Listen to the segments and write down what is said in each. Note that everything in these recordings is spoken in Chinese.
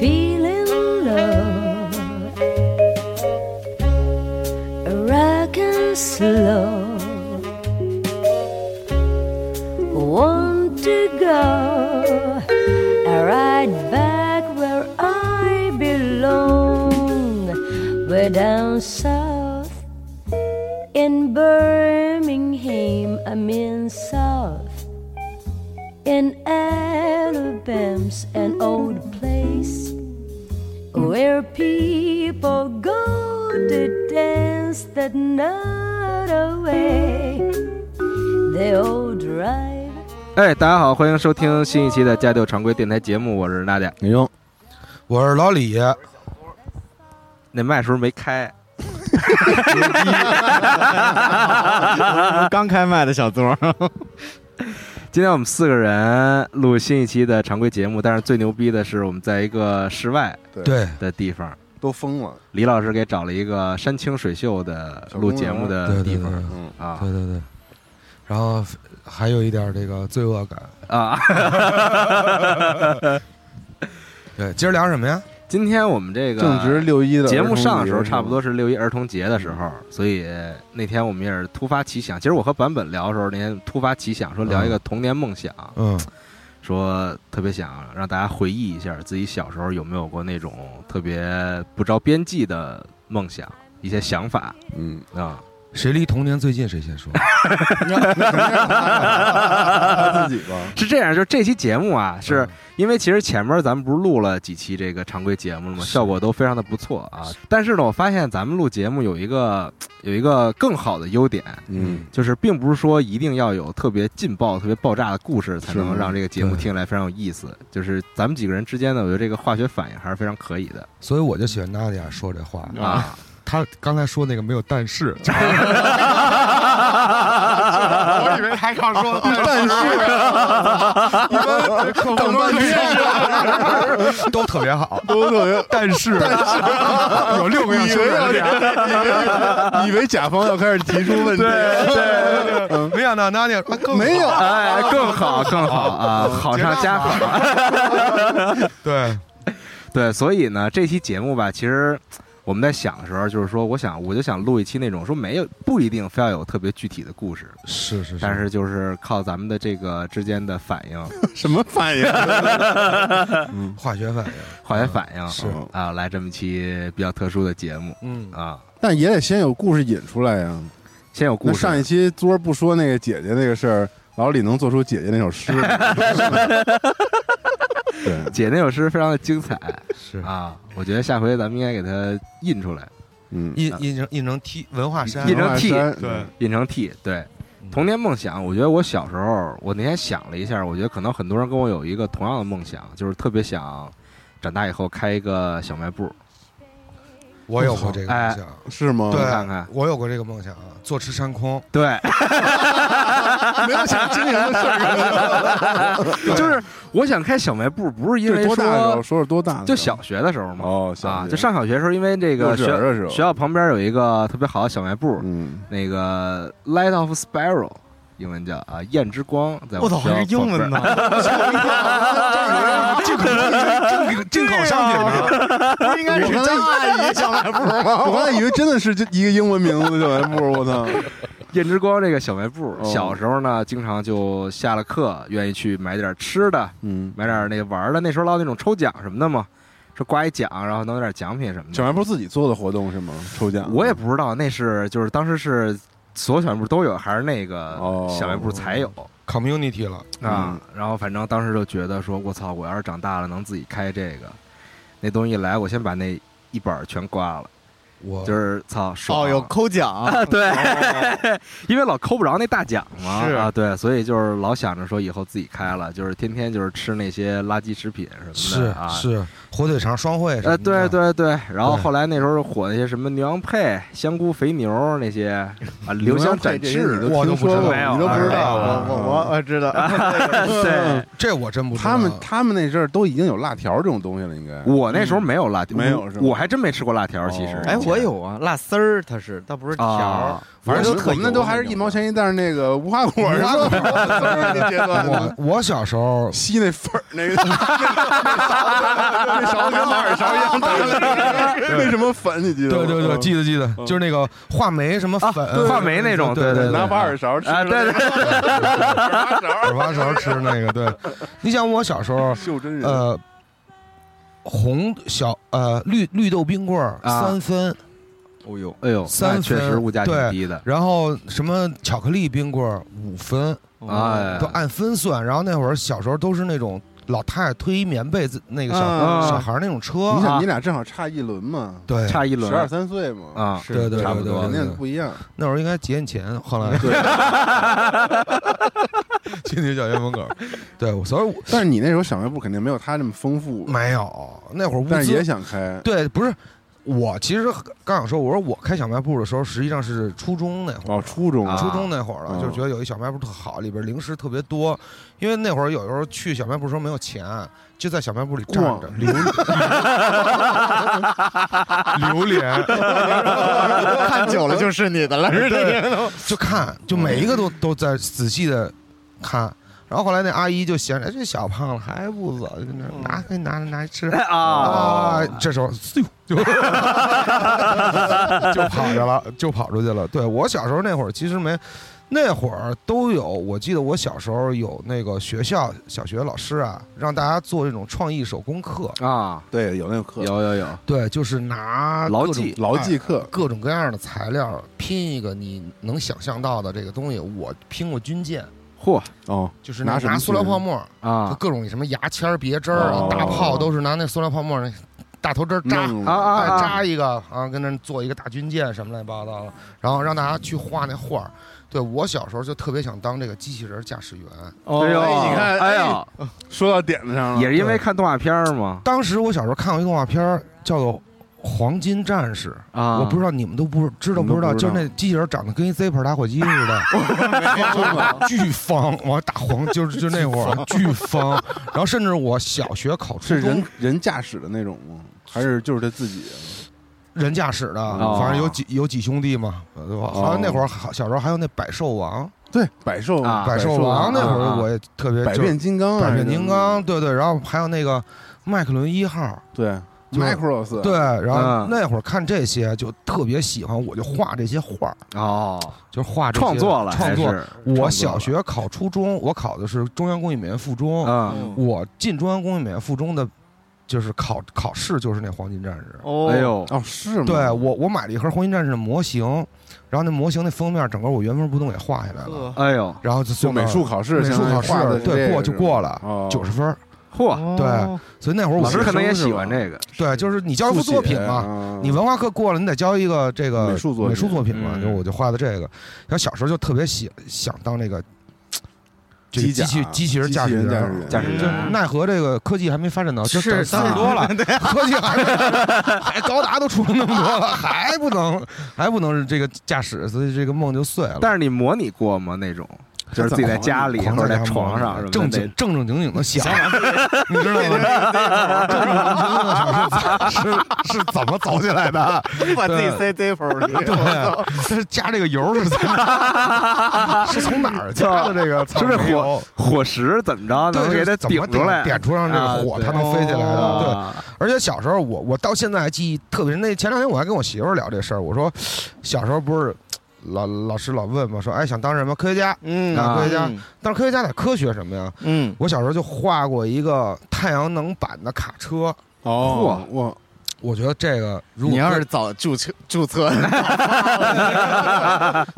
Feel in love, rock and slow. Want to go right back where I belong. We're down south in Birmingham. I'm in south in Alabama's an old place where people go to dance that night away. They all drive 哎，大家好，欢迎收听新一期的家教常规电台节目，我是大家。你用我是老李，那麦是不是没开？刚开麦的小桌，今天我们四个人录新一期的常规节目，但是最牛逼的是我们在一个室外对的地方，都疯了，李老师给找了一个山清水秀的录节目的对地对对方嗯，啊对对对，然后还有一点这个罪恶感。啊！对，今儿聊什么呀？今天我们这个正值六一的节儿目童上的节时候，是差不吗多是六一儿童节的时候，所以那天我们也是突发奇想。其实我和版本聊的时候，那天突发奇想说聊一个童年梦想，嗯，说特别想让大家回忆一下自己小时候有没有过那种特别不着边际的梦想、一些想法嗯，啊。谁离童年最近谁先说。他自己吧，是这样，就这期节目啊，嗯是因为其实前面咱们不是录了几期这个常规节目了吗？是效果都非常的不错啊。但是呢，我发现咱们录节目有一个有一个更好的优点，嗯，就是并不是说一定要有特别劲爆、特别爆炸的故事，才是能吗让这个节目对听起来非常有意思。就是咱们几个人之间呢，我觉得这个化学反应还是非常可以的所以我就喜欢娜姐说这话啊。她刚才说那个没有但是，我以为还刚说，但是等半天都特别好，都特别。但是有六个要以修为要改这的，样，以为以为甲方要开始提出问题，没想到娜姐啊更好没有，哎，更好，更好啊，好上加好。对对，所以呢，这期节目吧，其实我们在想的时候，就是说，我想我就想录一期那种说没有不一定非要有特别具体的故事，是是是，但是就是靠咱们的这个之间的反应，什么反应？化学反应化学反应是啊，来这么期比较特殊的节目嗯，啊，但也得先有故事引出来呀。先有那故事。上一期昨儿不说那个姐姐那个事儿，老李能做出姐姐那首诗吗。对，姐那首诗非常的精彩是啊，我觉得下回咱们应该给它印出来，嗯，印印成印成 T 文化衫，印成王 T 万山对，印成 T。对，嗯童年梦想，我觉得我小时候，我那天想了一下，我觉得可能很多人跟我有一个同样的梦想，就是特别想长大以后开一个小卖部。我有过这个梦想，是吗？对，看看我有过这个梦想，啊，坐吃山空， 对，没有想今年的事儿。 就是我想开小卖部，不是因这为多大的时候？说说是多大的时候？就小学的时候嘛，哦，小啊，学就上小学的时候，因为这个幼稚学园的时候学校旁边有一个特别好的小卖部， 嗯，那个 Light of Spiral，英文叫啊焰之光，在我们操，还是学校英旁边 文呢？ 这个进口进口商品啊呢？不应该是大一小卖部吗？ 我刚才以为真的是这一个英文名字的小卖部，我 操！燕之光这个小卖部，哦小时候呢，经常就下了课，愿意去买点吃的，嗯，买点那玩的。那时候老那种抽奖什么的嘛，说刮一奖，然后能有点奖品什么小的。卖部自己做的活动是吗？抽奖？我也不知道那是就是当时是所有小卖部都有，还是那个哦小卖部才有、 community 了，啊。然后反正当时就觉得说，我操，我要是长大了能自己开这个，那东西一来，我先把那一本儿全刮了，我就是操爽。哦，有 抠奖，啊对， 因为老抠不着那大奖嘛，是啊，对，所以就是老想着说以后自己开了，就是天天就是吃那些垃圾食品什么是的啊。是火腿肠双汇什呃，么的对，对对，然后对后来那时候火那些什么牛羊配、香菇肥牛那 些啊，留香展你都翅，我听就不知说道过没有你都不知道我啊。我 我知道， 对，这我真不知道。他们他们那阵儿都已经有辣条这种东西了，应该。我那时嗯候没有辣条，没有我是吗我还真没吃过辣条，其实哦。哎，我有啊，辣丝儿，它是，倒不是条儿啊，，反我正都们特我们那都还是一毛钱一袋儿那个无花果，是吧？那阶段我我小嗯时候吸那粉儿那个那勺子跟哪儿勺一样大，那什么粉你记得吗？对对对，记得记得，就是那个话梅什么粉，话梅那种对嗯啊对对对，对拿把耳勺吃啊对对对，把勺耳挖勺吃那个。对，你想我小时候，袖嗯珍人，呃，红小呃绿绿豆冰棍儿啊三分，哦呦，哎呦，三那确分实物价挺对低的然后什么巧克力冰棍儿五分，哎哦都按分算。然后那会儿小时候都是那种老太太推棉被子那个小啊小孩儿那种车你，啊想你俩正好差一轮嘛，对，差一轮十二三岁嘛，啊，对对差不对多对肯对定不一样。那会儿应该节你钱，后来对， 去你小学门口儿，对，我所以我但是你那时候小卖部肯定没有他这么丰富，没有那会儿物但是也资，想开。对，不是我其实刚想说，我说我开小卖部的时候，实际上是初中那会儿哦，，初中啊初中那会儿了，嗯就觉得有一小卖部特好，里边零食特别多。因为那会儿有时候去小卖部的时候没有钱，就在小卖部里站逛着榴榴 莲，看久了就是你的了，是这个。就看，就每一个都都在仔细的看。然后后来那阿姨就嫌着哎这小胖子还不走，就那儿拿给你拿着拿着吃。 啊啊，这时候咻就就 跑去了，就跑出去了。对我小时候那会儿其实没，那会儿都有。我记得我小时候有那个学校小学老师啊，让大家做这种创意手工课。啊，对有那个课有，有有，对，就是拿牢啊各种记牢记课，各种各样的材料拼一个你能想象到的这个东西。我拼过军舰，嚯哦，就是拿什么拿塑料军泡沫，就啊各种什么牙签儿、别针儿啊哦，大炮都是拿那塑料泡沫那大头针儿扎。弄啊啊哎，啊！扎一个啊，跟那儿做一个大军舰什么乱七八糟的，然后让大家去画那画儿。对我小时候就特别想当这个机器人驾驶员，哎呦，哎你看哎哎呀，说到点子上了，也是因为看动画片儿嘛当时我小时候看过一动画片儿叫做《黄金战士》，啊，我不知道你们都不知道你们不知道，都不知就道是那机器人长得跟一 Zipper 打火机似 的，巨方，我打黄就是就那会 儿巨方，然后甚至我小学考初是中人人驾驶的那种吗？还是就是他自己？人驾驶的，哦反正有几有几兄弟嘛，对哦吧？好像那会儿好小时候还有那百兽王，对，百兽啊百兽王那会啊啊儿我也特别百就变金刚啊，百变金刚，对对，然后还有那个麦克伦一号，对， Micros 对，然后嗯那会儿看这些就特别喜欢，我就画这些画儿，哦，就是画这些创作了创还作。是我创作小学考初中，我考的是中央工艺美院附中。啊嗯我进中央工艺美院附中的，就是考考试就是那黄金战士。哦哎呦哦是吗？对我，我买了一盒黄金战士的模型，然后那模型那封面整个我原封不动给画下来了，呵哎呦，然后就就送到美术考试，美术考试相当于画的是这对个过就过了，哦九十分儿。嚯，哦所以那会儿我老师可能也是喜欢这个对，就是你交一幅作品嘛，嘛你文化课过了，你得交一个这个啊美术作品美术作品嘛，嗯就我就画的这个。然后小时候就特别喜想当那个这个机机器甲机器人驾驶机器人员，驾驶嗯员就奈何这个科技还没发展到，这是三十多了，啊科技还没还高达都出了那么多了，还不能还不能是这个驾驶，所以这个梦就碎了。但是你模拟过吗？那 种就是自己在家里狂或者在家床忙上什么的正那经正正经经的想， 你知道吗？正正经经的想是是怎么走起来 的？把自己塞 Zippo 里， 对，但是加这个油是怎 么是从哪儿加的这个草就是莓油？火火石怎么着能对，给它怎么出来？点出上这个火，它能飞起来的。对，啊而且小时候我我到现在还记忆特别深。那前两天我还跟我媳妇儿聊这事儿，我说小时候不是老老师老问嘛，说哎想当什么科学家？嗯啊啊科学家，但是科学家得科学什么呀？嗯，我小时候就画过一个太阳能板的卡车，哦，我我觉得这个如你果要科是早注册注册，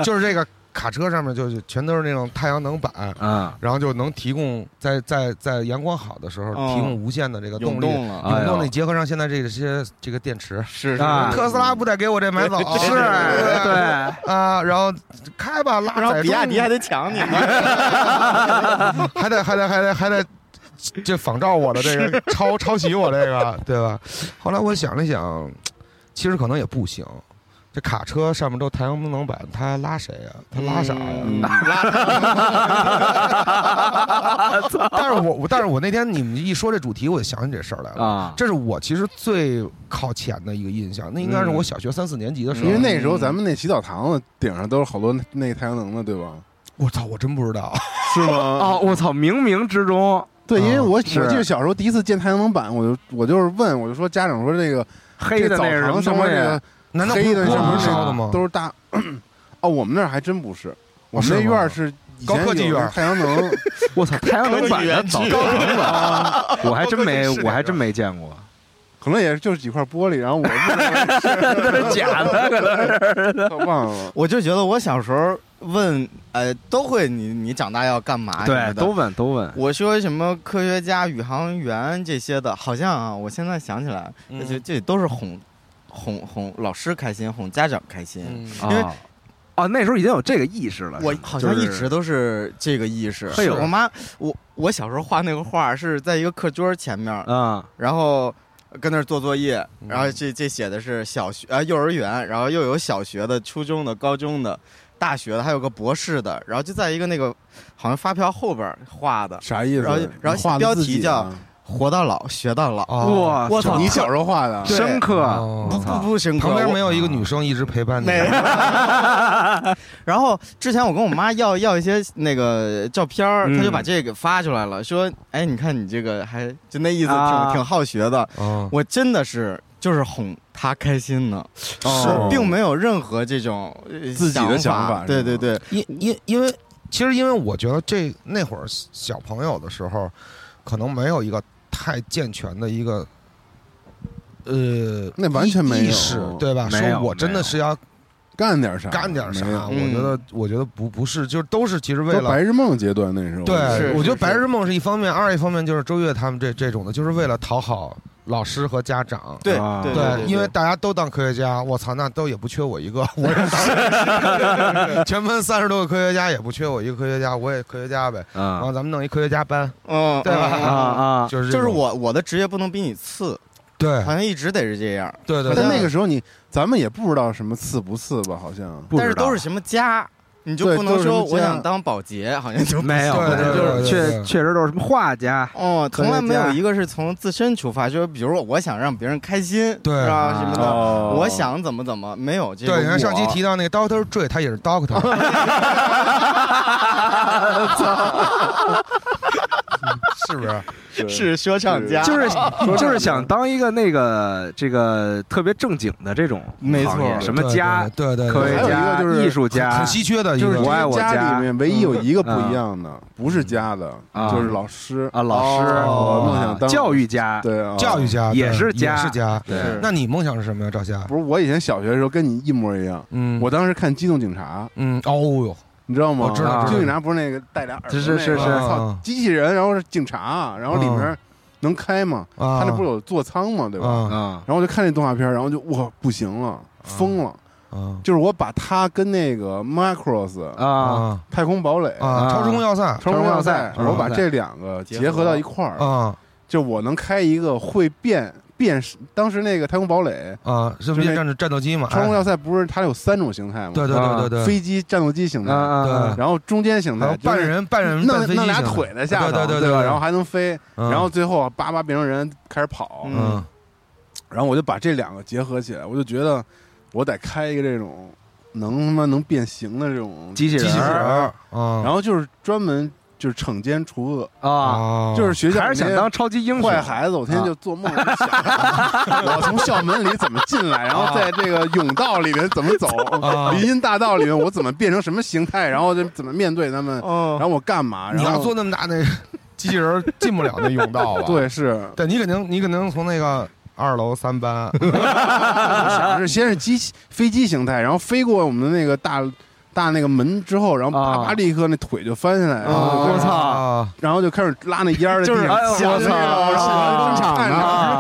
就是这个卡车上面就是全都是那种太阳能板，啊，然后就能提供在在在阳光好的时候哦提供无限的这个动涌力，啊动了，哎永呦动力结合上现在这些这个电池，是是啊特斯拉不得给我这 买走是，对 对，啊，然后开吧，拉然后载比亚重迪还得抢你呢， 还得还得还得还得这仿照我的这个抄抄袭我这个，对吧？后来我想了想，其实可能也不行。这卡车上面都太阳能板，它拉谁呀、它拉啥呀、嗯。但是我我但是我那天你们一说这主题，我就想起这事儿来了。啊，这是我其实最靠前的一个印象，那应该是我小学三四年级的时候因为。那时候咱们那洗澡堂子顶上都是好多那那太阳能的，对吧？我操，我真不知道。是吗？哦，我操，冥冥之中对，因啊为我我记是得小时候第一次见太阳能板，我就我就是问，我就说家长说这个黑的这那是澡什么堂上东面这西？啊个啊难道不黑是的什么锅炉东西烧的吗？都是大 哦，我们那儿还真不是，我们是那吗院儿是以前高科技有院儿太阳能，我操，太阳能板的澡堂 子，我还真没高科技视，角我还真没见过，可能也就是几块玻璃，然后我 那是假的，可能是。我忘了我就觉得我小时候问，呃，都会你你长大要干嘛？对，都。问都问，我说什么科学家、宇航员这些的，好像啊，我现在想起来，嗯这这都是哄哄哄老师开心，哄家长开心。嗯因为啊啊，那时候已经有这个意识了，我是吗好像就是一直都是这个意识。哎呦我妈，我我小时候画那个画是在一个课桌前面，啊，然后跟那儿做作业，嗯然后这这写的是小学啊、幼儿园，然后又有小学的、初中的、高中的、大学的，还有个博士的，然后就在一个那个好像发票后边儿画的啥意思？然后然后画的标题自己叫啊“活到老，学到老哦，哇我操这你小时候画的啊，对深刻，哦我”，不操，不深刻。旁边我没有一个女生一直陪伴你。 啊没有。然后之前我跟我妈要要一些那个照片儿，嗯她就把这个发出来了，说：“哎，你看你这个还就那意思挺、啊挺好学的。 嗯”我真的是就是哄她开心呢，哦并没有任何这种呃自己的想法。法对是对吗对，因因因为其实因为我觉得这那会儿小朋友的时候，可能没有一个太健全的一个呃，那完全没有哦意识，对吧？没有说我真的是要干点啥，干点啥，没有我没有觉得我觉得不不是，就是都是其实为嗯都白了。日梦阶段那时候，对是，我觉得是白日梦是一方面，二一方面就是周越他们这这种的，就是为了讨好老师和家长。对啊对对，对，因为大家都当科学家，我操，那都也不缺我一个，我也当，全班三十多个科学家也不缺我一个科学家，我也科学家呗。然啊后咱们弄一科学家班，嗯，对吧嗯啊啊，哦就是哎这就是种，我啊我的职业不能比你次，对好像一直得是这样，对对，但对那个时候你咱们也不知道什么次不次吧，好像不知道但是都是什么家，你就对不都能是什么说我家想当保洁，好像就不 没有，对对对就是对确对确实都是什么画家，哦，科从来学没有家一个是从自身出发，就是比如说我想让别人开心，对是吧？啊什么的，哦我想怎么怎么，没有这个我。对，你看上期提到那个 Doctor Dre，他也是 Doctor，是不是？对是说唱家，就是就是想当一个那个这个特别正经的这种没错行业什么对家、对对对科对学还有一家、个就是艺术很家很，稀缺的一就是个，这我爱个我家家里面唯一有一个不一样的，不是家的，啊就是老师哦啊老师我梦想当教育家，对啊教育家也对是也家是家。是那你梦想是什么呀，赵夏？不是我以前小学的时候跟你一模一样，嗯，我当时看《机动警察》，嗯，哦呦，你知道吗？我知道啊知道机动警察不是那个带俩耳朵是是那个是我嗯操，机器人，然后是警察，然后里面能开吗？啊他那不是有座舱吗？对吧？啊啊，然后我就看那动画片，然后就哇不行了，疯了！啊就是我把它跟那个 Macross 啊啊太空堡垒、啊！超时空要塞超人要塞，超人要塞我把这两个结合到一块儿，啊就我能开一个会变变身。当时那个太空堡垒，啊，是不就是那战战斗机嘛？超人哎要塞不是它有三种形态吗？对对对对对，飞机、战斗机形啊态，啊然后中间形还态有，就半是人半人弄半飞机弄俩型的腿在下头，对对对吧对，然后还能飞，嗯然后最后啊叭叭变成人开始跑，嗯然后我就把这两个结合起来，我就觉得我得开一个这种能他妈能变形的这种，机器机器人人儿啊，然后就是专门就是惩奸除恶，啊，啊就是学校还是想当超级英雄坏孩子，我天天就做 梦， 我就想我从校门里怎么进啊来，然后在这个甬道里面怎么走啊，林荫大道里面我怎么变成什么形态，然后就怎么面对他们，然哦，后我干嘛，你然要后做那么大那机器人儿进不了 那甬道吧？，对是。对你肯定你肯定从那个二楼三班，我想是先是机器飞机形态，然后飞过我们的那个大大那个门之后，然后啪啊啪立刻那腿就翻下来，然后我操啊，然后就开始拉那烟儿在地就是上哎呦响我那个操我操啊看着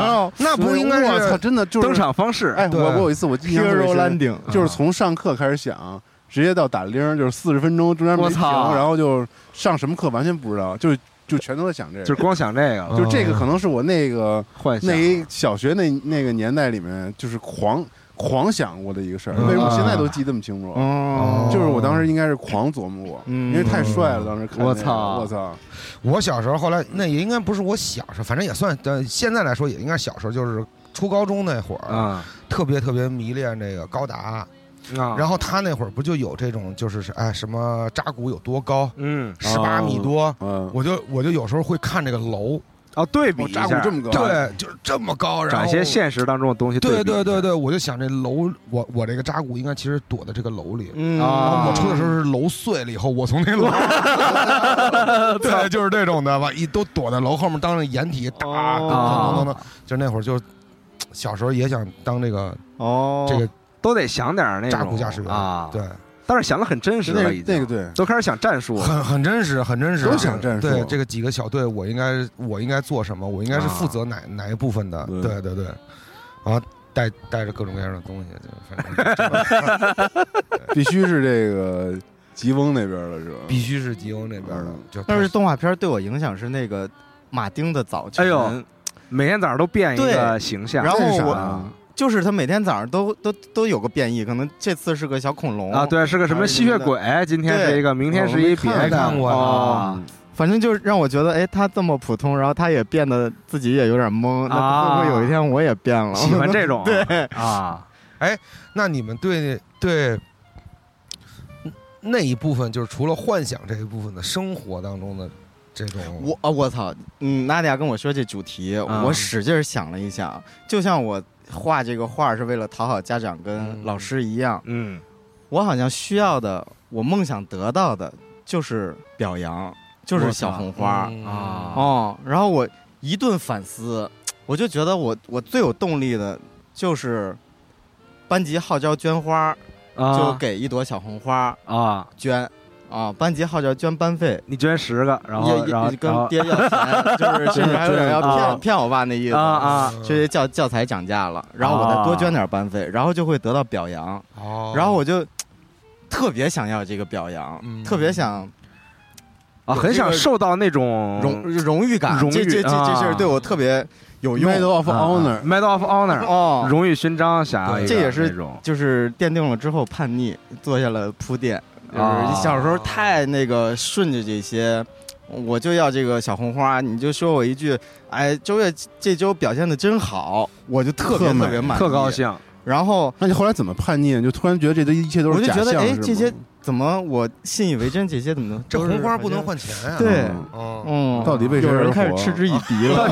然后 那不应该我操，是真的就是登。场方式，哎，对我我有一次我印象特别 Hero 深， landing 啊就是从上课开始响，直接到打铃儿，就是四十分钟中间没我停，操然后就上什么课完全不知道，就就全都在想这就个。光想这个就这个可能是我那个幻想那一小学那那个年代里面，就是狂狂想过的一个事儿，嗯为什么现在都记得这么清嗯楚？哦就是我当时应该是狂琢磨过，嗯因为太帅了，当时看那个我操我操，我小时候，后来那也应该不是我小时候，反正也算，但现在来说也应该小时候，就是初高中那会儿，啊特别特别迷恋这个高达。啊，然后他那会儿不就有这种，就是是哎什么扎古有多高，嗯十八米多，嗯，我就我就有时候会看这个楼，哦，对比我一扎下古，这么高，对，就是这么高，然找后一些现实当中的东西对比一下对对对，我就想这楼，我我这个扎古应该其实躲在这个楼里。嗯啊我出的时候是楼碎了以后，我从那 楼，对，就是这种的吧，一都躲在楼后面当着掩体打，哦噔噔噔噔，就那会儿就小时候也想当这个哦，这个都得想点儿那种扎古驾驶员啊，对，但是想的很真实那了，个已经那个对，都开始想战术了，很很真实，很真实，都想战术啊对这个几个小队，我应该我应该做什么？我应该是负责哪、哪一部分的？啊对对对对，啊，带带着各种各样的东西，就反正 必须是这个吉翁那边的是吧？必须是吉翁那边的嗯。就但是动画片对我影响是那个马丁的早晨，哎呦，每天早上都变一个对形象，然后这是啥我啊就是他每天早上都都都有个变异，可能这次是个小恐龙啊，，对，是个什么吸血鬼，今天是一个，明天是一别我没的，看过啊，反正就是让我觉得，哎，他这么普通，然后他也变得自己也有点懵，那啊会不会有一天我也变 了？喜欢这种对，啊，那你们对对那一部分，就是除了幻想这一部分的生活当中的这种，我啊，我操！嗯，娜迪亚跟我说这主题，啊我使劲儿想了一想，就像我画这个画是为了讨好家长跟嗯老师一样，嗯我好像需要的，我梦想得到的就是表扬，就我是操小红花、嗯啊哦。然后我一顿反思，我就觉得我我最有动力的就是班级号召捐花，就啊给一朵小红花啊，捐啊，班级号召捐班费。你捐十个，然后也也然后啊然跟后爹要 钱，就是甚至还有点要啊骗骗我爸那意思，啊啊所以教教材涨价了，然后我再多捐点班费，然后就会得到表扬，哦，然后我就特别想要这个表扬嗯，特别想啊，很想受到那种荣荣誉感，荣誉这这这这事啊儿对我特别有用 Medal of 啊啊 Honor， Medal of Honor，哦，荣誉勋章，想要一个这也是那种就是奠定了之后叛逆做下了铺垫，就是啊小时候太那个顺着这些。我就要这个小红花，你就说我一句，哎，周越这周表现的真好，我就特别特美特别满意，啊特高兴，然后那你后来怎么叛逆？就突然觉得这都一切都我是就假觉象，得，哎是，吗这些怎么我信以为真？这些怎么能这都是红花不能好换钱呀、像对，嗯嗯，嗯，到底为谁有人而开始活嗤之以鼻了。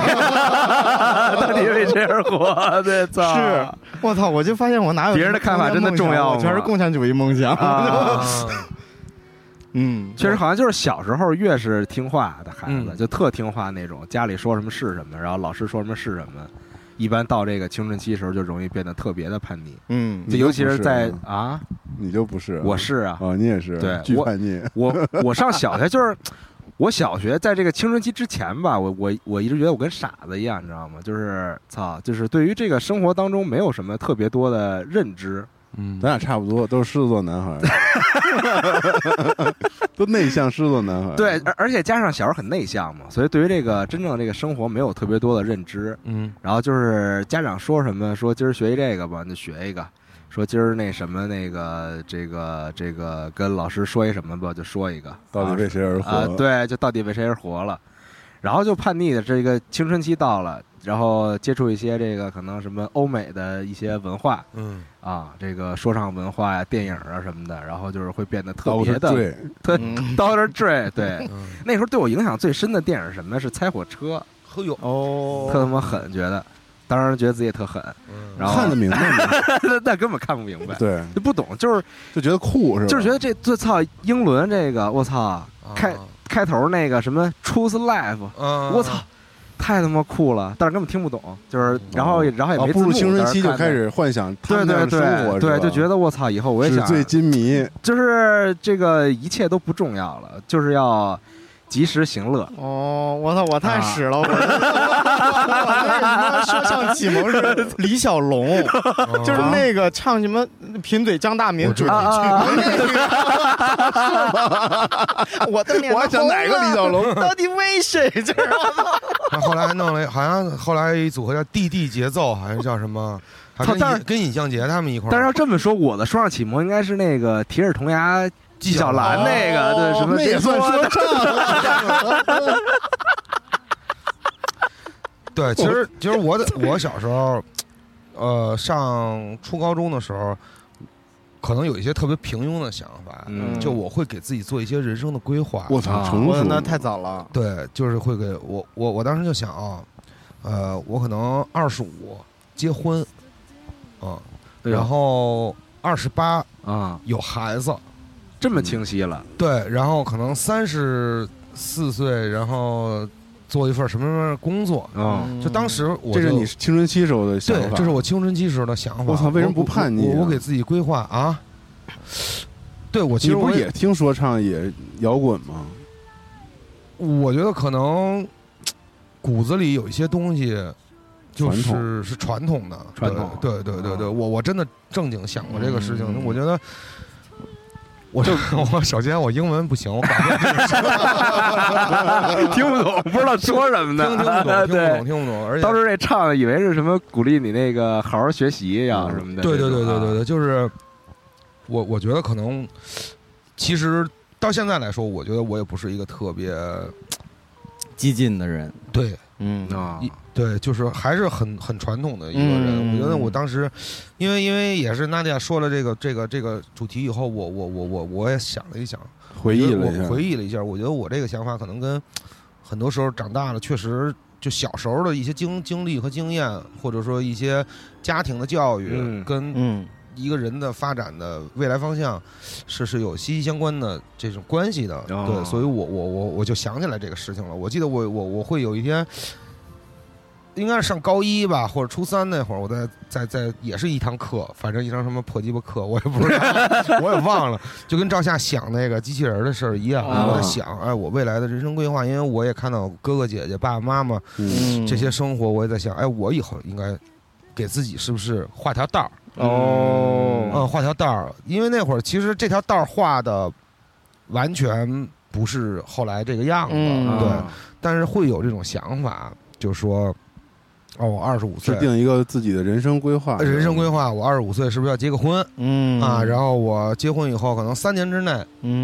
到底为谁而 活？对，操！是，我操！我就发现我哪有啊别人什的么看法空间真的梦重想要我全是吗共产主义梦想。啊， 嗯，确实，好像就是小时候越是听话的孩子，嗯就特听话那种，家里说什么是什么，然后老师说什么是什么。一般到这个青春期时候，就容易变得特别的叛逆，嗯，就尤其是在你就不啊， 你就不是，我是啊，啊，你也是，对巨我叛逆，我我上小学就是，我小学在这个青春期之前吧，我我我一直觉得我跟傻子一样，你知道吗？就是操，就是对于这个生活当中没有什么特别多的认知，嗯咱俩差不多，都是狮子座男孩儿， 都内向狮子座男孩儿。对，而而且加上小时候很内向嘛，所以对于这个真正的这个生活没有特别多的认知。嗯，然后就是家长说什么，说今儿学一这个吧，你就学一个；说今儿那什么那个这个这个跟老师说一什么吧，就说一个。到底为谁而活？啊、对，就到底为谁而活了。然后就叛逆的这个青春期到了，然后接触一些这个可能什么欧美的一些文化嗯，啊，这个说唱文化呀、电影啊什么的，然后就是会变得特到别处的 追，特嗯 Dollar Dre，对，嗯那时候对我影响最深的电影是什么呢？是《猜火车呵哟》，，特哦，他妈狠，觉得，当然觉得自己也特狠，嗯然后 看得明白吗？那那根本看不明白，对，就不懂，就是就觉得酷是吧？嗯就是觉得这这操英伦这个，我操，开啊开头那个什么 Truth Life，嗯，我操，太他妈酷了！但是根本听不懂，就是然后也然后也啊没步字幕入青春期就但是看开始幻想他对们那对样的生活，对对，就觉得得我操，以后我也纸想醉金迷，就是这个一切都不重要了，就是要及时行 乐。哦，我操！我太啊屎了！我我那什么说唱启蒙是李小龙，嗯 就是那个唱什么贫嘴张大民哦我知主道题曲啊那个， 我的脸我还想哪个李小龙？ 到底为谁？就是他后来还弄了一，好像后来有一组合叫 DD 节奏，好像叫什么，还操跟但尹是跟尹相杰他们一块儿。但是要这么说，我的说唱启蒙应该是那个铁齿铜牙纪晓岚那个，对什么哦那也算说唱。对，其实其实我在我小时候，呃，上初高中的时候，可能有一些特别平庸的想法，嗯就我会给自己做一些人生的规划。我操，啊成我熟那太早了。对，就是会给我我我当时就想啊，呃，我可能二十五结婚，啊、对然后二十八啊，有孩子，这么清晰了，对，然后可能三十四岁，然后做一份什么什么工作。嗯，就当时我这是就你青春期时候的想对，法，这是我青春期时候的想法。我操为什么不叛逆啊我我我给自己规划啊。对我其你实不我是也听说唱也摇滚吗？我觉得可能骨子里有一些东西，就传统是是传统的，传统对对对对对，啊我我真的正经想过这个事情，嗯我觉得。我就 我首先我英文不 行，我搞不懂 嗯听不懂，不知道说什么 呢，听听不懂，听 不对懂，。听不懂，而且当时那唱的以为是什么鼓励你那个好好学习嗯呀什么的，对对这对种对啊对对，就是我我觉得可能其实到现在来说，我觉得我也不是一个特别激进的人，对嗯啊一对，就是还是很很传统的一个人。嗯我觉得我当时，因为因为也是娜迪亚说了这个这个这个主题以后，我我我我我也想了一想，回忆了一我下，回忆了一下，我觉得我这个想法可能跟很多时候长大了，确实就小时候的一些经经历和经验，或者说一些家庭的教育，嗯跟嗯一个人的发展的未来方向是是有息息相关的这种关系的。哦对，所以我我我我就想起来这个事情了。我记得我我我会有一天。应该是上高一吧，或者初三那会儿，我在在在也是一堂课，反正一堂什么破鸡巴课，我也不知道，我也忘了，就跟赵夏想那个机器人的事儿一样，啊我在想，哎，我未来的人生规划，因为我也看到哥哥姐姐、爸爸妈妈嗯嗯，这些生活，我也在想，哎，我以后应该给自己是不是画条道儿？哦，嗯，画条道儿，因为那会儿其实这条道儿画的完全不是后来这个样子，嗯对，啊但是会有这种想法，就说，哦，我二十五制岁，定一个自己的人生规划，人生规划，划，我二十五岁是不是要结个婚、嗯啊？然后我结婚以后，可能三年之内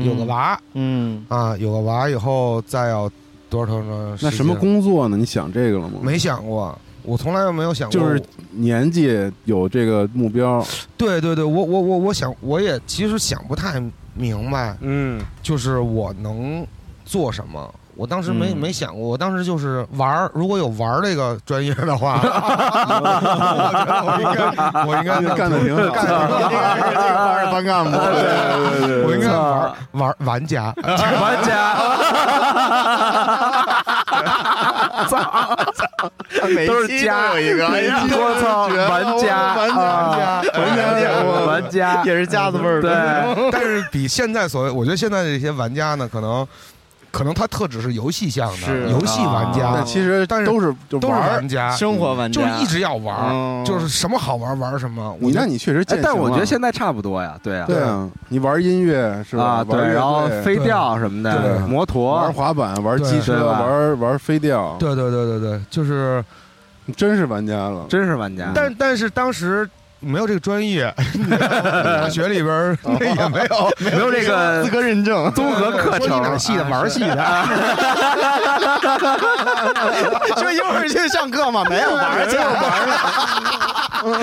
有个，娃、嗯啊，有个娃以后再要多少多少那什么工作呢？你想这个了吗？没想过，我从来没有想过，就是年纪有这个目标，对对对，我我我我想，我也其实想不太明白，嗯，就是我能做什么。我当时没、嗯没想过，我当时就是玩儿。如果有玩儿这个专业的话，我应该我应该干得挺好干得挺好二班干部，我应该玩儿玩儿玩家，玩家每都是期家有一个，哎呀我操绝了玩家玩啊哎家 玩家我玩家也是家子味儿，对，但是比现在所谓，我觉得现在这些玩家呢，可能可能他特指是游戏向是的，游戏玩家，但其实但是都是就都是玩儿玩 家，生活玩就是家一直要玩儿，嗯就是什么好玩儿玩儿什么。我你觉那得你确实哎健，但我行觉得了现在差不多呀，对呀，对啊，你玩音乐是吧？啊，玩乐对，队然后飞钓什么的，对摩托玩，滑板、玩对机对车、吧玩玩飞钓，对对对对对，就是，你真是玩家了。真是玩家。但但是当时没有这个专业， 大学里边儿也没有哦没有这个资格认证，综合课说你哪程儿，系的玩儿系 的，说 一会儿去上课吗？没有玩儿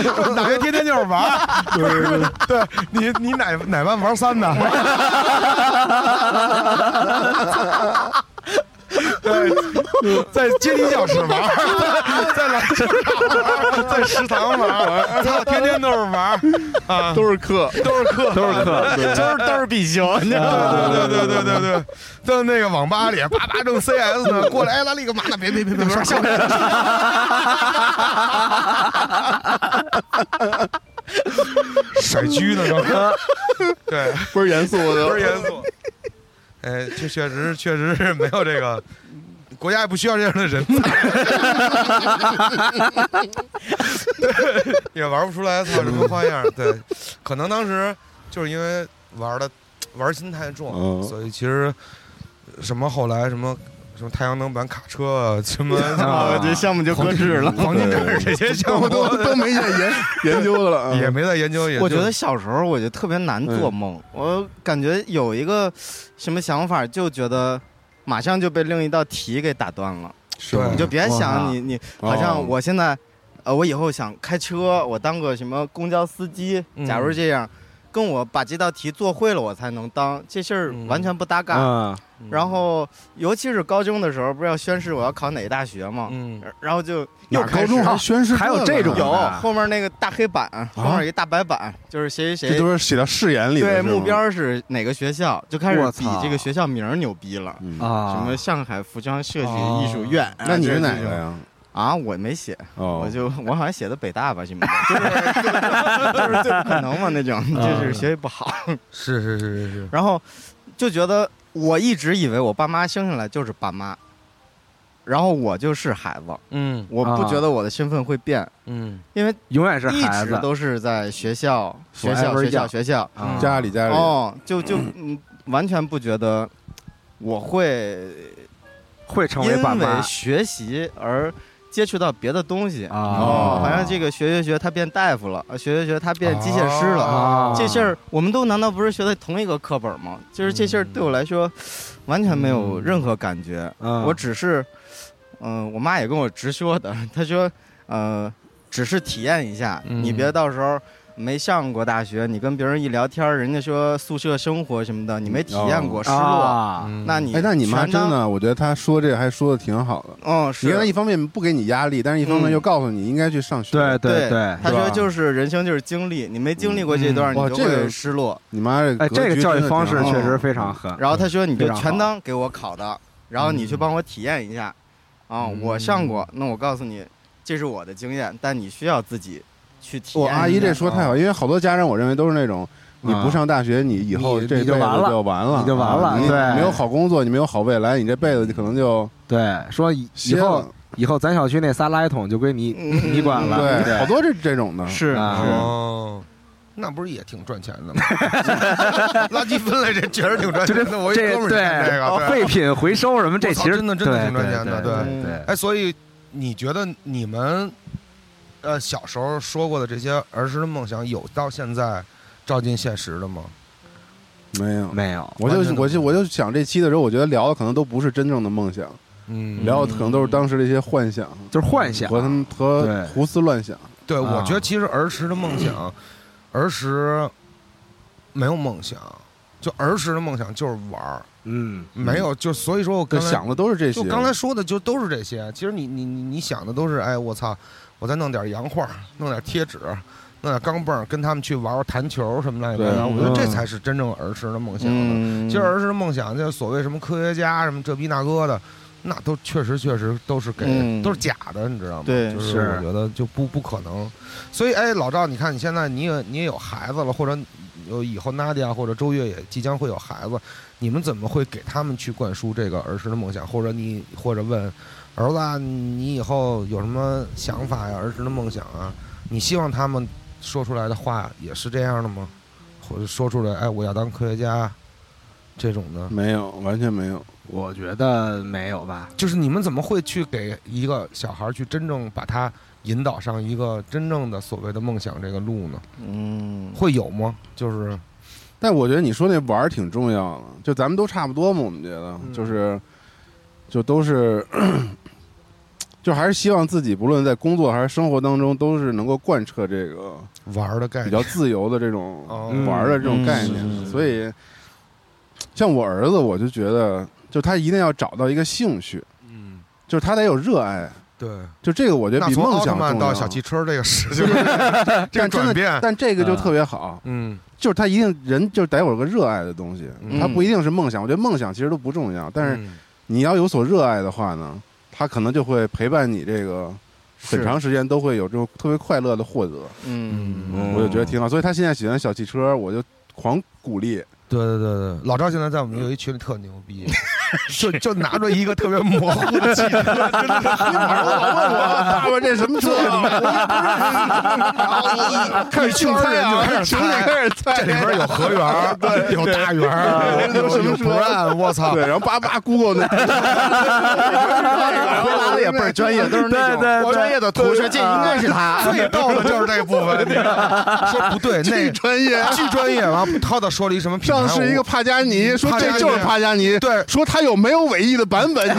去，大学天天就是玩儿。对你你哪哪班玩儿三 的？对，在阶梯教室玩儿，在老师玩儿，在食堂玩 儿，操，天天都是玩儿啊，都是课，都是课，都是课，都是都是必修，你知道吗？对对对对对对，在那个网吧里叭叭正 CS 呢，过来哎来了一个嘛呢，别别别别别，上来了。甩狙呢，刚刚对，不是严肃 的，不是严肃。哎，确确实确实是没有这个，国家也不需要这样的人才，对也玩不出来操什么花样。对，可能当时就是因为玩的玩心太重，嗯所以其实什么后来什么什么太阳能板卡车啊什么 啊，这项目就搁置 了。黄金战士这些项目都 都没在 研研究的了啊，也没再研究。也就我觉得小时候我就特别难做梦，我感觉有一个什么想法，就觉得马上就被另一道题给打断了。是吧你就别想哇你你哦好像我现在，呃，我以后想开车，我当个什么公交司机，嗯假如这样，跟我把这道题做会了，我才能当，这事儿嗯完全不搭嘎。嗯，然后，尤其是高中的时候，不是要宣誓我要考哪个大学吗？嗯，然后就哪又儿高开始中还宣誓啊还有这种呢有啊后面那个大黑板，后面一大白板，就是谁谁这谁都是写到誓言里的对是吗目标是哪个学校，就开始我比操这个学校名儿牛逼了。嗯啊，什么上海服装设计艺术院？那你是这哪个呀？啊？我没写，哦，我就我好像写的北大吧什么的，就是就是就不可能嘛那种，就是学习不好，是是是是是，然后就觉得我一直以为我爸妈生下来就是爸妈，然后我就是孩子，嗯我不啊觉得我的身份会变，嗯因为永远是一孩直子，都是在学校学校 Forever 学校 young 学校，啊家里家里哦，就就嗯完全不觉得我会会成为爸因妈为学习而接触到别的东西。哦啊好像这个学学学他变大夫了，呃学学学他变机械师了，啊这事儿我们都难道不是学的同一个课本吗？就是这事儿对我来说完全没有任何感觉，嗯我只是，嗯、我妈也跟我直说的， 她说，呃，只是体验一下，嗯你别到时候。没上过大学，你跟别人一聊天，人家说宿舍生活什么的，你没体验过，失落，啊，嗯那你哎，那你妈全真当，的，我觉得她说这还说的挺好的。嗯，你看她是一，方面不给你压力，但是一方面嗯又告诉你应该去上学。对对对对，她是说吧就是人生就是经历，你没经历过这段，嗯你哇就这个会失落。你妈这哎，格这个局教真育的方挺式好确实非常狠。然后他说你嗯非就常全好当给我考的，然后你去帮我体验一下，啊，我上过，那我告诉你，这是我的经验，但你需要自己去体验一我下。阿姨这说太好，因为好多家长我认为都是那种。你不上大学，你以后啊你这辈你子就完了就完了，你就完了啊你对没有好工作，你没有好未来，你这辈子可能就对，说以以后以后咱小区那仨垃圾桶就归你嗯你管了，对，好对，多这这种的，是啊是哦，那不是也挺赚钱的吗？ 垃圾分类这确实挺赚钱的，我一这哥们儿干这个，对哦对。废品回收什么，这我操其实真的真的对挺赚钱的对对对哎，所以你觉得你们呃小时候说过的这些儿时的梦想，有到现在照进现实的吗？没有对，。没有我完就全都我不是就我就想这期的时候，我觉得聊的可能都不是真正的梦想，嗯，聊的可能都是当时的一些幻想就是幻想，和他们和对胡思乱想。对，我啊觉得其实儿时的梦想，儿时没有梦想，就儿时的梦想就是玩儿，嗯，没有就所以说我刚才想的都是这些。就刚才说的就都是这些。其实你你你你想的都是，哎，我操，我再弄点洋画，弄点贴纸，弄点钢镚儿，跟他们去玩玩弹球什么乱七八糟。对我觉得这嗯才是真正儿时的梦想呢。嗯，其实儿时的梦想，就是所谓什么科学家什么这逼那哥的，那都确实确实都是给、嗯都是假的，你知道吗？对就是我觉得就不不可能。所以哎，老赵，你看你现在你也你也有孩子了，或者有以后 Nadia 或者周越也即将会有孩子，你们怎么会给他们去灌输这个儿时的梦想？或者你或者问儿子啊，你以后有什么想法呀？儿时的梦想啊，你希望他们说出来的话也是这样的吗？或者说出来，哎，我要当科学家这种的，没有，完全没有。我觉得没有吧，就是你们怎么会去给一个小孩儿去真正把他引导上一个真正的所谓的梦想这个路呢？嗯，会有吗？就是但我觉得你说那玩儿挺重要的，就咱们都差不多嘛，我们觉得嗯就是，就都是， 就还是希望自己不论在工作还是生活当中，都是能够贯彻这个玩儿的概比念，较自由的 这种哦玩儿的这种概念。嗯是是是所以，像我儿子，我就觉得，就他一定要找到一个兴趣，嗯，就是他得有热爱。对。就这个，我觉得那比从梦奥特想曼重要到小汽车这个事情， 这个但真转的变，但这个就啊特别好，嗯，就是他一定人就得有个热爱的东西，嗯他不一定是梦想。我觉得梦想其实都不重要，但是嗯你要有所热爱的话呢，他可能就会陪伴你这个很是长时间，都会有这种特别快乐的获得。嗯嗯我就觉得挺好，所以他现在喜欢小汽车，我就狂鼓励。对对对对，老赵现在在我们有一群里特牛 逼，就就拿着一个特别模糊的汽车，真的是黑板 上老问我爸爸，这什么车？啊开始就轻猜啊，开始猜，开始猜这里边有河 源儿，有大园儿，啊有对有不让，我操啊对，！然后叭叭 Google 那，然然后拉的也倍儿专业，都是那种对对对专业的图说这应该是他，最逗的就是这部分，你知道 吗说不对，那专业。巨专业。完了，涛涛说了一什么品牌？上是一个我帕加尼，说帕加这尼就是帕加尼，对说他有没有尾翼的版本，你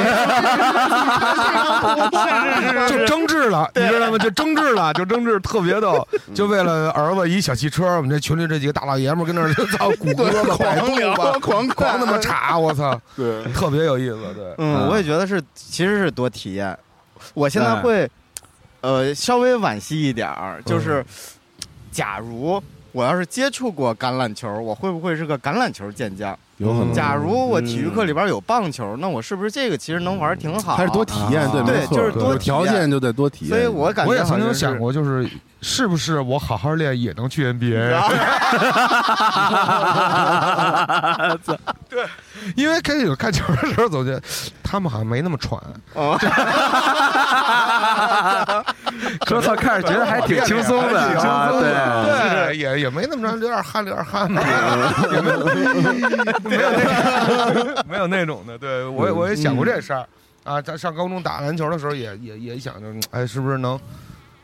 就争执了，你知道吗？就争执了，就争执，特别逗。嗯就为了儿子一小汽车，我们这群里这几个大老爷们儿跟那儿操谷 歌吧、百度吧，狂狂他妈查，我操，对，特别有意思。对，嗯，我也觉得是，其实是多体验。我现在会，呃，稍微惋惜一点儿，嗯就是，假如我要是接触过橄榄球，我会不会是个橄榄球健将？有嗯可能假如我体育课里边有棒球，那我是不是这个其实能玩儿挺好？还是多体验，对，对没错，就是多有体条验件就得多体验。所以我感觉我也好曾像经是想，过，就是是不是我好好练也能去 NBA？对，因为开始有看球的时候，总觉得他们好像没那么喘，我操，看着觉得还挺轻松 的挺轻啊，松对的，对，也也没那么着流点汗，流点汗嘛，也没没有那 没有那种的。对我也我也想过这事儿啊，在上高中打篮球的时候也，也也想着，哎，是不是能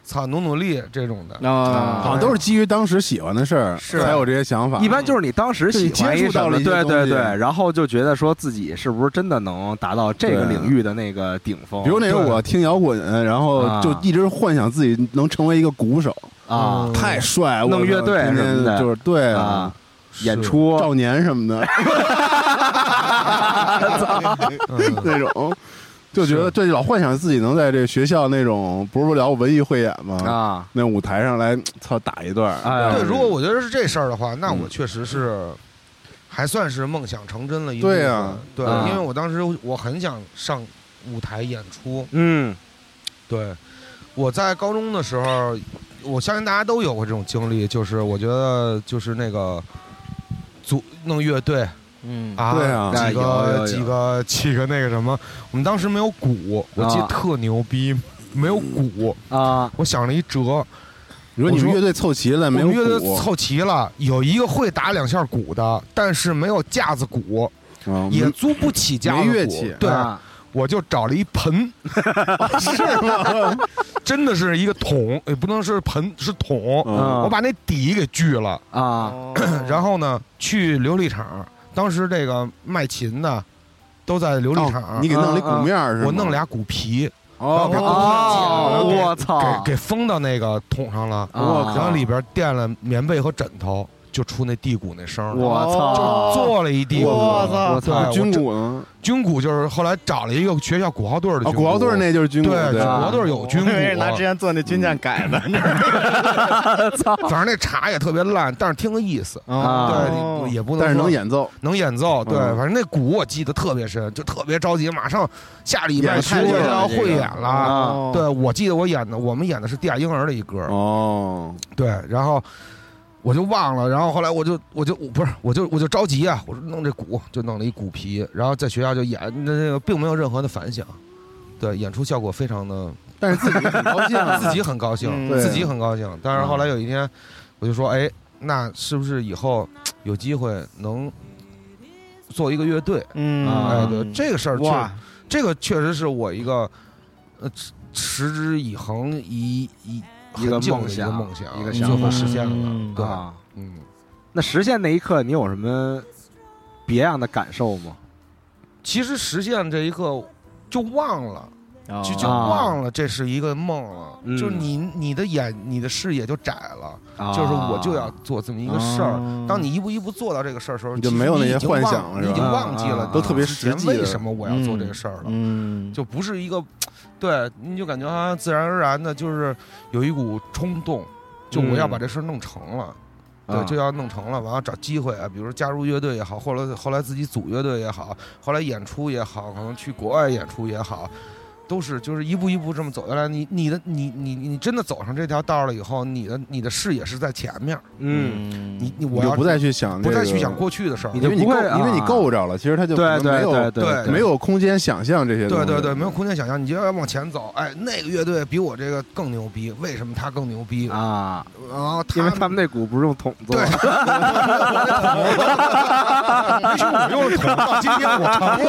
操努努力这种的。啊，好像都是基于当时喜欢的事儿，是才有这些想法。一般就是你当时喜欢一对接触到什了么，一些对东对西对，然后就觉得说自己是不是真的能达到这个对领域的那个顶峰，比如哦那时候我听摇滚，然后啊就一直幻想自己能成为一个鼓手，啊嗯太帅，我弄乐队天天什么的就是对啊，演是出少年什么的嗯 那种，就觉得是这老幻想自己能在这学校那种不是不聊文艺汇演吗？啊，那舞台上来，操，打一段儿。哎呀对，嗯如果我觉得是这事儿的话，那嗯我确实是还算是梦想成真了一对部分啊对，啊因为我当时我很想上舞台演出。嗯对，我在高中的时候，我相信大家都有过这种经历，就是我觉得就是那个组弄乐队嗯啊，对啊几有有个有几个几个那个什么，我们当时没有鼓，我记嗯得啊特牛逼，没有鼓，啊，我想了一辙，你说你我们说乐队凑齐了，没有我们乐队鼓凑齐了，有一个会打两下鼓的，但是没有架子鼓，啊也租不起架子鼓。没乐器对，啊我就找了一 盆，是吗？ 真的是一个桶，也不能是盆，是桶。嗯我把那底给锯了，啊哦然后呢，去琉璃厂，当时这个卖琴的。都在琉璃哦厂，你给弄了嗯一鼓面儿是啊吗？啊我弄俩骨皮，哦，然后哦，我操！给给封到那个桶上了，我哦然靠！后里边垫了棉被和枕头，就出那地骨那声儿，我哦操！做了一地骨。我操我对操！军哎这鼓呢？军鼓就是后来找了一个学校鼓号队的啊，军鼓号队儿那就是军鼓，对，啊对鼓吧号队儿有军 我以为是拿之鼓，前做那军舰改的，反正那茶也特别烂，但是听个意思，啊嗯哦对，也不能哦但是说能演奏，能演奏，对，嗯反正那鼓我记得特别深，就特别着急，马上下礼拜演学出就了要这个汇演了。啊对，我记得我演的，我们演的是地下婴儿的一歌，哦，对，然后我就忘了，然后后来我就我就我不是我就我就着急啊，我说弄这鼓就弄了一鼓皮，然后在学校就演，那那个并没有任何的反响，对，演出效果非常的，但是自己很高兴啊，自己很高兴，嗯对自己很高兴。但是嗯后来有一天，我就说，哎，那是不是以后有机会能做一个乐队？嗯啊哎，对，这个事儿确哇，这个确实是我一个呃持持之以恒一一一个很久的梦想一个梦想，一个最想后法实现了嗯。对，啊！嗯，那实现那一刻，你有什么别样的感受吗？其实实现这一刻就忘了，就就啊忘了这是一个梦了，嗯就你你的眼你的视野就窄了，啊就是我就要做这么一个事儿。当你一步一步做到这个事儿的时候，啊你就其实没有那已些经幻忘想了你是已经吧忘记啊了啊，都特别之前实际为的什么我要做这个事儿了？嗯，就不是一个，对，你就感觉好像自然而然的，就是有一股冲动，就我嗯要把这事儿弄成了，啊对，就要弄成了，完了找机会啊，比如说加入乐队也好，后来后来自己组乐队也好，后来演出也好，可能去国外演出也好，都是就是一步一步这么走下来。你你的你你你真的走上这条道儿了以后，你的你的视野是在前面儿，嗯，你你你我就要不再去想，不再去想，过去的事儿你因就为你不够，会因为你啊够着了，其实他就对可能对没对有对没有空间想象这些东对对西，对，没有空间想象，你就要往前走。哎，那个乐队比我这个更牛逼，为什么他更牛逼？啊，然后他因为他们那鼓不是用筒做对，的，于是我用了桶到今天我成了。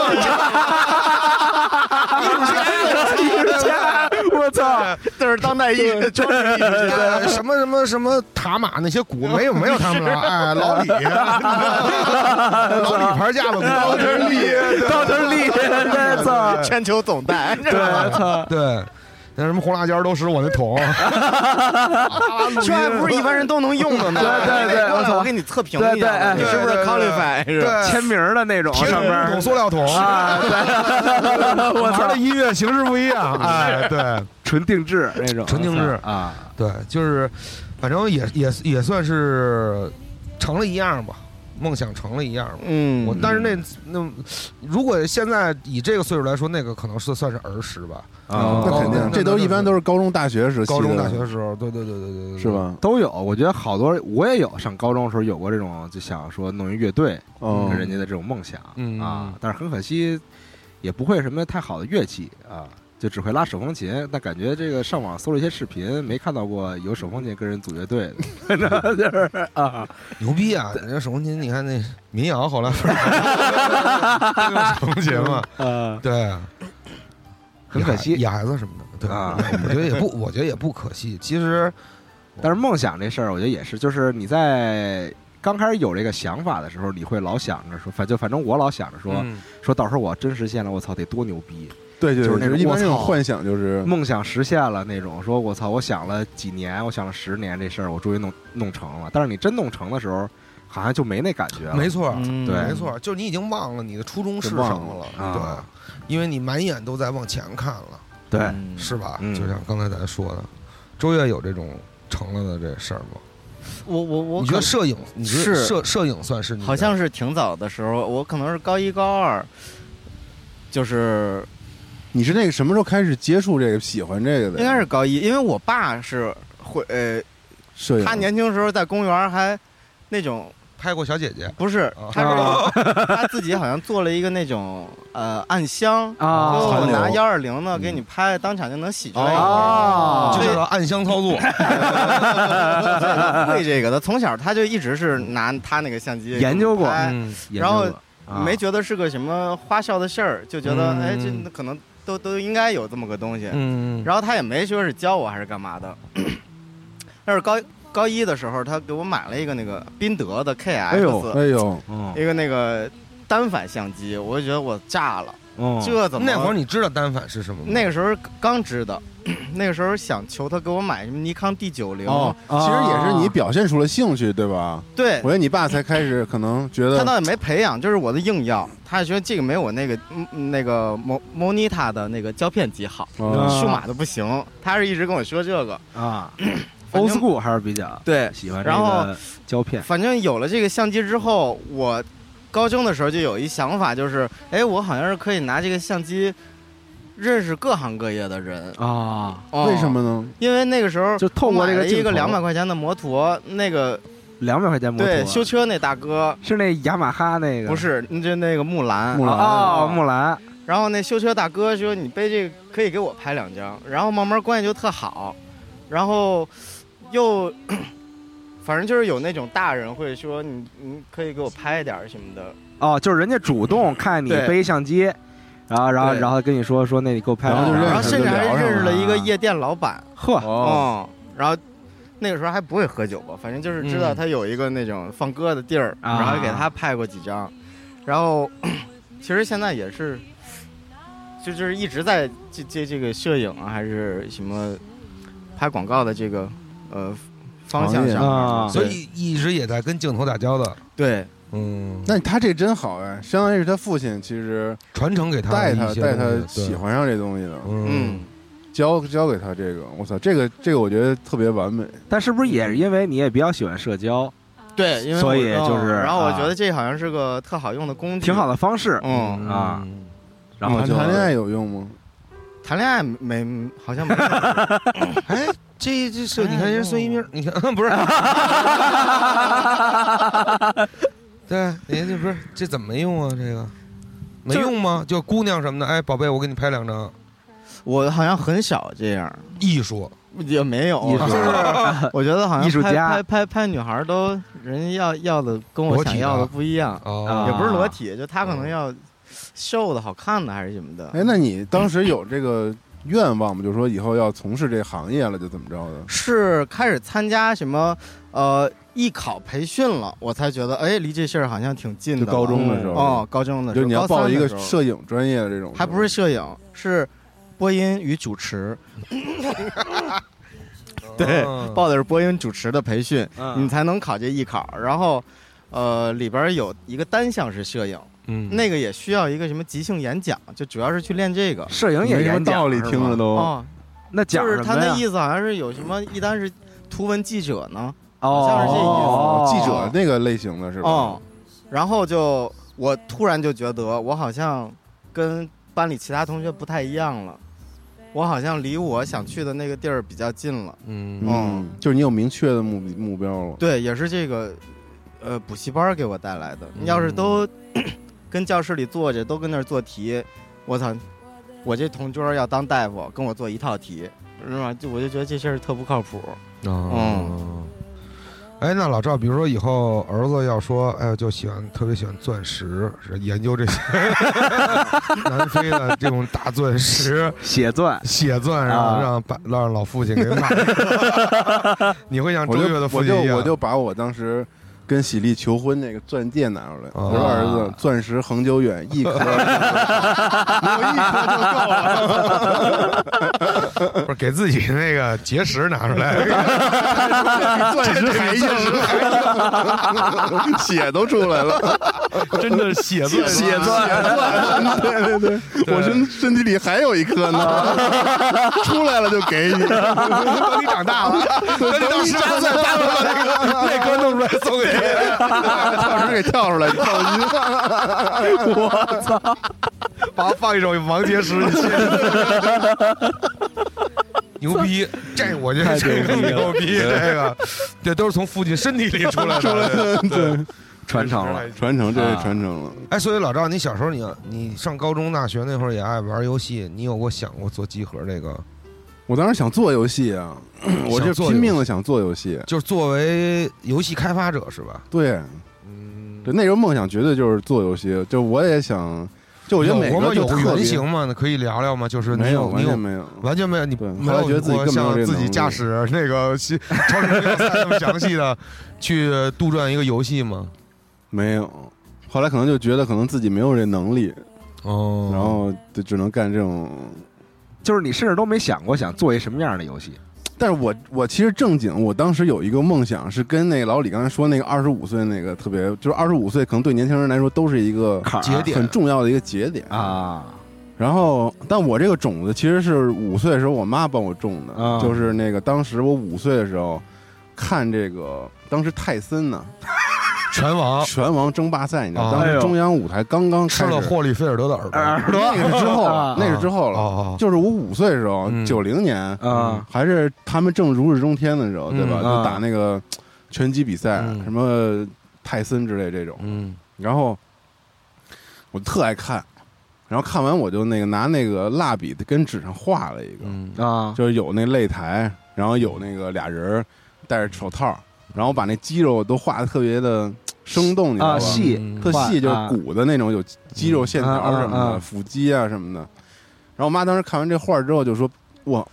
我操！这是当代艺术，就是艺术家对，什么什么什么塔马那些鼓没有没有他们 了，哎，老李， 老李牌架子鼓，刀尖儿立到这儿立，我 操！全球总代，对，操！对，那什么红辣椒都使我那桶，这还不是一般人都能用的呢。哎对对对过我来操我给你测评对一下，对你是不是对对对 qualify？是吧 对，签名儿的那 种上边桶、儿塑料桶，啊， 对，我玩操的！音乐形式不一样， 哎，对。纯定制那种，纯定制啊，对，就是反正也也也算是成了一样吧，梦想成了一样吧。嗯我但是那那，如果现在以这个岁数来说，那个可能是算是儿时吧，啊那肯哦定，那这都那一般都是高中、大学时期的，高中、大学的嗯时候，对对对对对对，是？吧？都有。我觉得好多我也有上高中的时候有过这种，就想说弄一乐队，哦，人家的这种梦想嗯啊，但是很可惜，也不会什么太好的乐器啊，就只会拉手风琴。但感觉这个上网搜了一些视频，没看到过有手风琴跟人组乐队的， 反正就是 啊，牛逼啊！人家手风琴，你看那民谣后来不是都用手风琴嘛，呃，对，很可惜哑哑子什么的，对啊我觉得也不，我觉得也不可惜。其实，但是梦想这事儿，我觉得也是，就是你在刚开始有这个想法的时候，你会老想着说，反就反正我老想着说，嗯说到时候我真实现了，我操，得多牛逼！对对，就是那对种一般这种我操幻想就是嗯梦想实现了那种，说我操，我想了几年，我想了十年这事儿，我终于弄弄成了。但是你真弄成的时候，好像就没那感觉了。没错，嗯对没错，就是你已经忘了你的初衷是就什忘么了，啊对，因为你满眼都在往前看了，对，嗯是吧？嗯就像刚才咱说的，周越有这种成了的这事儿吗？我我我你觉得可摄影，你觉得是摄摄影算是你的好像是挺早的时候，我可能是高一高二，就是你是那个什么时候开始接触这个、喜欢这个的？应该是高一，因为我爸是会呃，摄影，他年轻时候在公园还那种拍过小姐姐不是啊，他是他自己好像做了一个那种呃暗箱，啊最后残留拿幺二零呢给你拍，当场就能洗出来一个。哦就对叫做暗箱操作，对他会这个的，从小他就一直是拿他那个相机研究过拍 嗯，研究然后过啊没觉得是个什么花哨的事儿，就觉得嗯哎，这可能都都应该有这么个东西。嗯，然后他也没说是教我还是干嘛的，那是高高一的时候，他给我买了一个那个宾得的 K 哎呦 X，哎呦，嗯一个那个单反相机，我就觉得我炸了，嗯，这怎么那会儿你知道单反是什么吗？那个时候刚知道，那个时候想求他给我买什么尼康 D 九零，哦，啊其实也是你表现出了兴趣，对吧？对我觉得你爸才开始可能觉他得，倒也没培养，就是我的硬要，他也觉得这个没有我那个嗯那个摩摩尼塔的那个胶片机好，啊嗯数码的不行，他是一直跟我说这个， 啊反，old 正 school 还是比较对，喜欢这然后个胶片，反正有了这个相机之后，我高中的时候就有一想法，就是哎，我好像是可以拿这个相机认识各行各业的人。啊，哦为什？么呢？因为那个时候就透过这我个买了一镜个头两百块钱的摩托，那个两百块钱摩托啊对修车那大哥是那雅马哈那个不是，就那个木兰啊木。兰哦，木兰然后那修车大哥说：“你背这个可以给我拍两张。”然后慢慢关系就特好，然后又 反正就是有那种大人会说：“你你可以给我拍一点儿什么的。”哦，就是人家主动看你对背相机，然后然后对然后跟你说说那你给我拍然张后照，就认啊然后识甚至就还聊上认识了啊了一个夜店老板，呵，哦，嗯，然后那个时候还不会喝酒吧，反正就是知道嗯他有一个那种放歌的地儿，啊然后给他拍过几张，然后 其实现在也是，就就是一直在这这这个摄影啊，还是什么拍广告的这个呃方向上面啊所以一直也在跟镜头打交道。对嗯，那他这真好哎，相当于是他父亲其实传承给他带一他些带东他西喜。欢上这东西的对，嗯嗯，教教给他这个，我操，这个这个我觉得特别完美。但是不是也是因为你也比较喜欢社交，对，因为所以我就是嗯然后我啊觉得这好像是个特好用的工具，挺好的方式，嗯，啊嗯然后谈就谈恋爱有用吗？谈恋爱没没好像没 有。哎，这这是哎你看人家呦孙一鸣，你看 不是？对，人家不是这怎么用啊？这个没就是用吗？就姑娘什么的，哎，宝贝，我给你拍两张我好像很少这样，艺术。也没有，艺术哦就是 我觉得好像艺术拍家拍拍拍女孩都人家要要的跟我裸体想要的的不一样，啊哦也不是裸体，就她可能要瘦的好看的还是什么的。哎，那你当时有这个愿望吗？就是说以后要从事这行业了，就怎么着的？嗯是开始参加什么呃艺考培训了，我才觉得哎离这事儿好像挺近就的。高中的时候，哦，高中的时就是候，你要高三报一个的时候摄影专业的这种，还不是摄影，是播音与主持，对哦报的是播音主持的培训。你嗯才能考这艺考。然后，呃，里边有一个单项是摄影，嗯那个也需要一个什么即兴演讲，就主要是去练这个。摄影也没什么演讲道理，是吧听着都。哦，那讲就是什他么呀那意思好像是有什么一单是图文记者呢，哦，像是这意思哦记者那个类型嗯的是吧？哦，然后就我突然就觉得我好像跟班里其他同学不太一样了。我好像离我想去的那个地儿比较近了，嗯嗯，就是你有明确的目目标了。对，也是这个，呃，补习班给我带来的。要是都跟教室里坐着，都跟那儿做题，我操！我这同桌要当大夫，跟我做一套题，是吧？就我就觉得这事儿特不靠谱。哦。哎，那老赵，比如说以后儿子要说，哎，就喜欢特别喜欢钻石，是研究这些南非的这种大钻石，写钻血钻让啊让爸让老父亲给买，你会像我周就越的我父亲一就样，我就把我当时跟喜力求婚那个钻戒拿出来，哦我说儿子，钻石恒久远，一颗我一说就够了。不是给自己那个结石拿出来，钻石还硬，血都出来了，真的血钻血钻，对对对，我身身体里还有一颗呢，出来了就给你，等你长大了，等你到十八岁，爸爸把那个那颗弄出来送给你，当时给跳出来，你放心。把放一首王杰 诗，你信牛逼，这我觉得这个牛逼，这个这都是从父亲身体里出来 的，对，传承了，传承，这啊是传承了。哎，所以老赵，你小时候你你上高中、大学那会儿也爱玩游戏，你有过想过做集合这个？我当时想做游戏啊，我想就做游戏拼命的想做游戏。就是作为游戏开发者是吧？对，嗯对，那时候梦想绝对就是做游戏，就我也想，就我觉得每有个吗？就有特别原型吗？那可以聊聊吗？就是你没有，你完有全没有。完全没有，你对没后来觉有得自己过根本没像有这自能己力驾驶那个 西超级联赛那么详细的去杜撰一个游戏吗？没有，后来可能就觉得可能自己没有这能力，哦，然后就只能干这种。就是你甚至都没想过想做一什么样的游戏，但是我我其实正经，我当时有一个梦想是跟那个老李刚才说那个二十五岁那个特别，就是二十五岁可能对年轻人来说都是一个坎儿节点很重要的一个节点。啊，然后，但我这个种子其实是五岁的时候我妈帮我种的，啊就是那个当时我五岁的时候看这个，当时泰森呢拳王拳王争霸赛，你知道，啊当哦哎时呦中央舞台刚刚吃开始，了霍利菲尔德的耳朵，耳朵那 个是之后了，啊那是之后了，哦哦，就是我五岁的时候，嗯九零年啊，还是他们正如日中天的时候，对吧？嗯就啊打那个拳击比赛，嗯什么泰森之类这种。嗯然后我特爱看，然后看完我就那个拿那个蜡笔跟纸上画了一个，嗯啊，就是有那擂台，然后有那个俩人戴着手套，然后我把那肌肉都画的特别的生动，你知道吧？啊细嗯特细，就啊是鼓的那种，有肌肉线条什嗯啊么啊的，啊腹肌啊什么的。然后我妈当时看完这画之后就说：“我，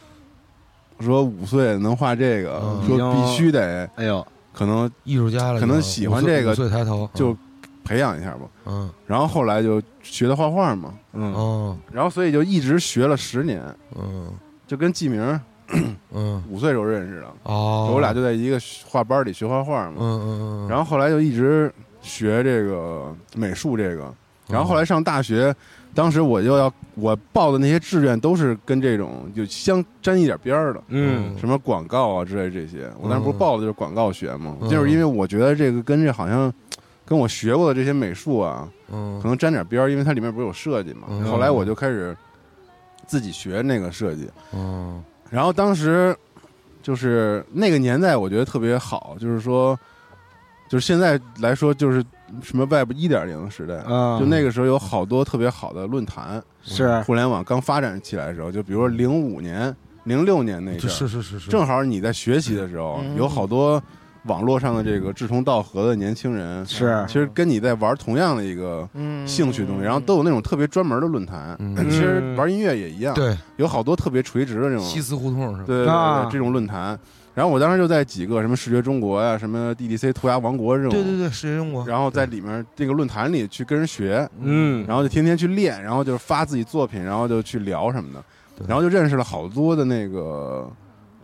说五岁能画这个嗯，说必须得哎呦，可能艺术家了，可能喜欢这个五岁五岁抬头，就培养一下吧。嗯”然后后来就学的画画嘛，嗯嗯，哦然后所以就一直学了十年，嗯就跟季明嗯五岁时候认识的，哦，我俩就在一个画班里学画画嗯嘛。嗯嗯，然后后来就一直学这个美术这个，然后后来来上大学，当时我就要我报的那些志愿都是跟这种就相沾一点边儿的，嗯什么广告啊之类这些。我当时不是嗯报的就是广告学嘛，嗯就是因为我觉得这个跟这好像跟我学过的这些美术啊，嗯可能沾点边儿，因为它里面不是有设计嘛。嗯后来我就开始自己学那个设计，嗯然后当时就是那个年代，我觉得特别好，就是说，就是现在来说，就是什么 Web 一点零的时代啊就那个时候有好多特别好的论坛，哎是，互联网刚发展起来的时候，就比如说零五年、零六年那这阵儿，是是是是正好你在学习的时候，嗯有好多网络上的这个志同道合的年轻人，是其实跟你在玩同样的一个嗯兴趣的东西，然后都有那种特别专门的论坛。嗯其实玩音乐也一样，对有好多特别垂直的这种西四胡同是吧？对对对啊对，这种论坛。然后我当时就在几个什么视觉中国呀、什么 DDC 涂鸦王国这种，对对对，世界中国，然后在里面这个论坛里去跟人学，嗯，然后就天天去练，然后就是发自己作品，然后就去聊什么的对，然后就认识了好多的那个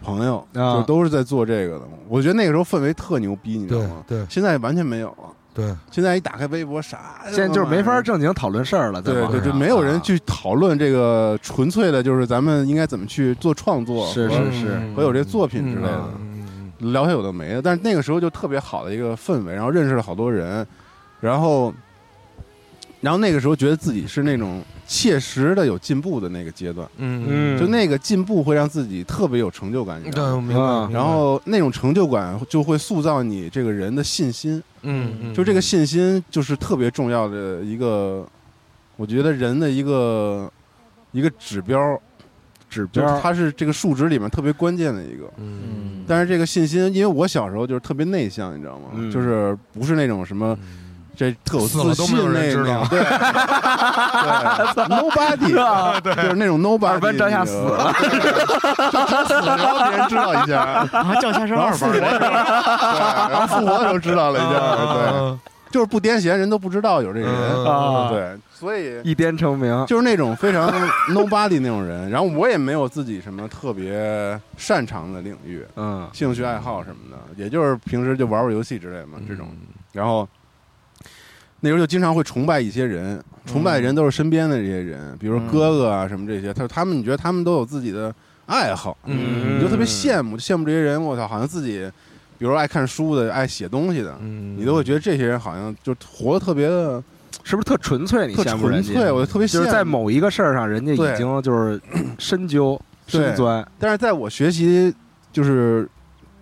朋友，啊就都是在做这个的。我觉得那个时候氛围特牛逼，你知道对吗？对现在完全没有了。对，现在一打开微博，啥现在就是没法正经讨论事儿了，在对网对，上就没有人啊去讨论这个纯粹的，就是咱们应该怎么去做创作，是和是是和有这作品之类的。嗯聊些有的没的，但是那个时候就特别好的一个氛围，然后认识了好多人，然后，然后那个时候觉得自己是那种切实的有进步的那个阶段，嗯嗯，就那个进步会让自己特别有成就感，你知对，道我吗？明白。嗯明白然后那种成就感就会塑造你这个人的信心，嗯嗯，就这个信心就是特别重要的一个，我觉得人的一个一个指标，指就是标，它是这个数值里面特别关键的一个。嗯，嗯，但是这个信心，因为我小时候就是特别内向，你知道吗？嗯就是不是那种什么这特有死自了都没信有人那知道种，对对，nobody，就是那种 nobody，二班张夏死 了你知道吗，然后别人知道一下，啊，叫下身然后二复活的时候，班，对，然后复活的时候知道了一啊下，嗯对，就是不癫痫人都不知道有这个人，啊对，所以一边成名，就是那种非常 nobody 那种人，然后我也没有自己什么特别擅长的领域，嗯兴趣爱好什么的，也就是平时就玩玩游戏之类嘛，这种。嗯然后那时候就经常会崇拜一些嗯人，崇拜的人都是身边的这些人，比如说哥哥啊什么这些。他他们，你觉得他们都有自己的爱好，嗯你就特别羡慕，羡慕这些人。我操，好像自己，比如说爱看书的，爱写东西的，嗯，你都会觉得这些人好像就活得特别的是不是特纯粹？你特羡慕人纯家粹，我就特别羡就慕。是在某一个事儿上，人家对已经就是深究对深钻，但是在我学习就是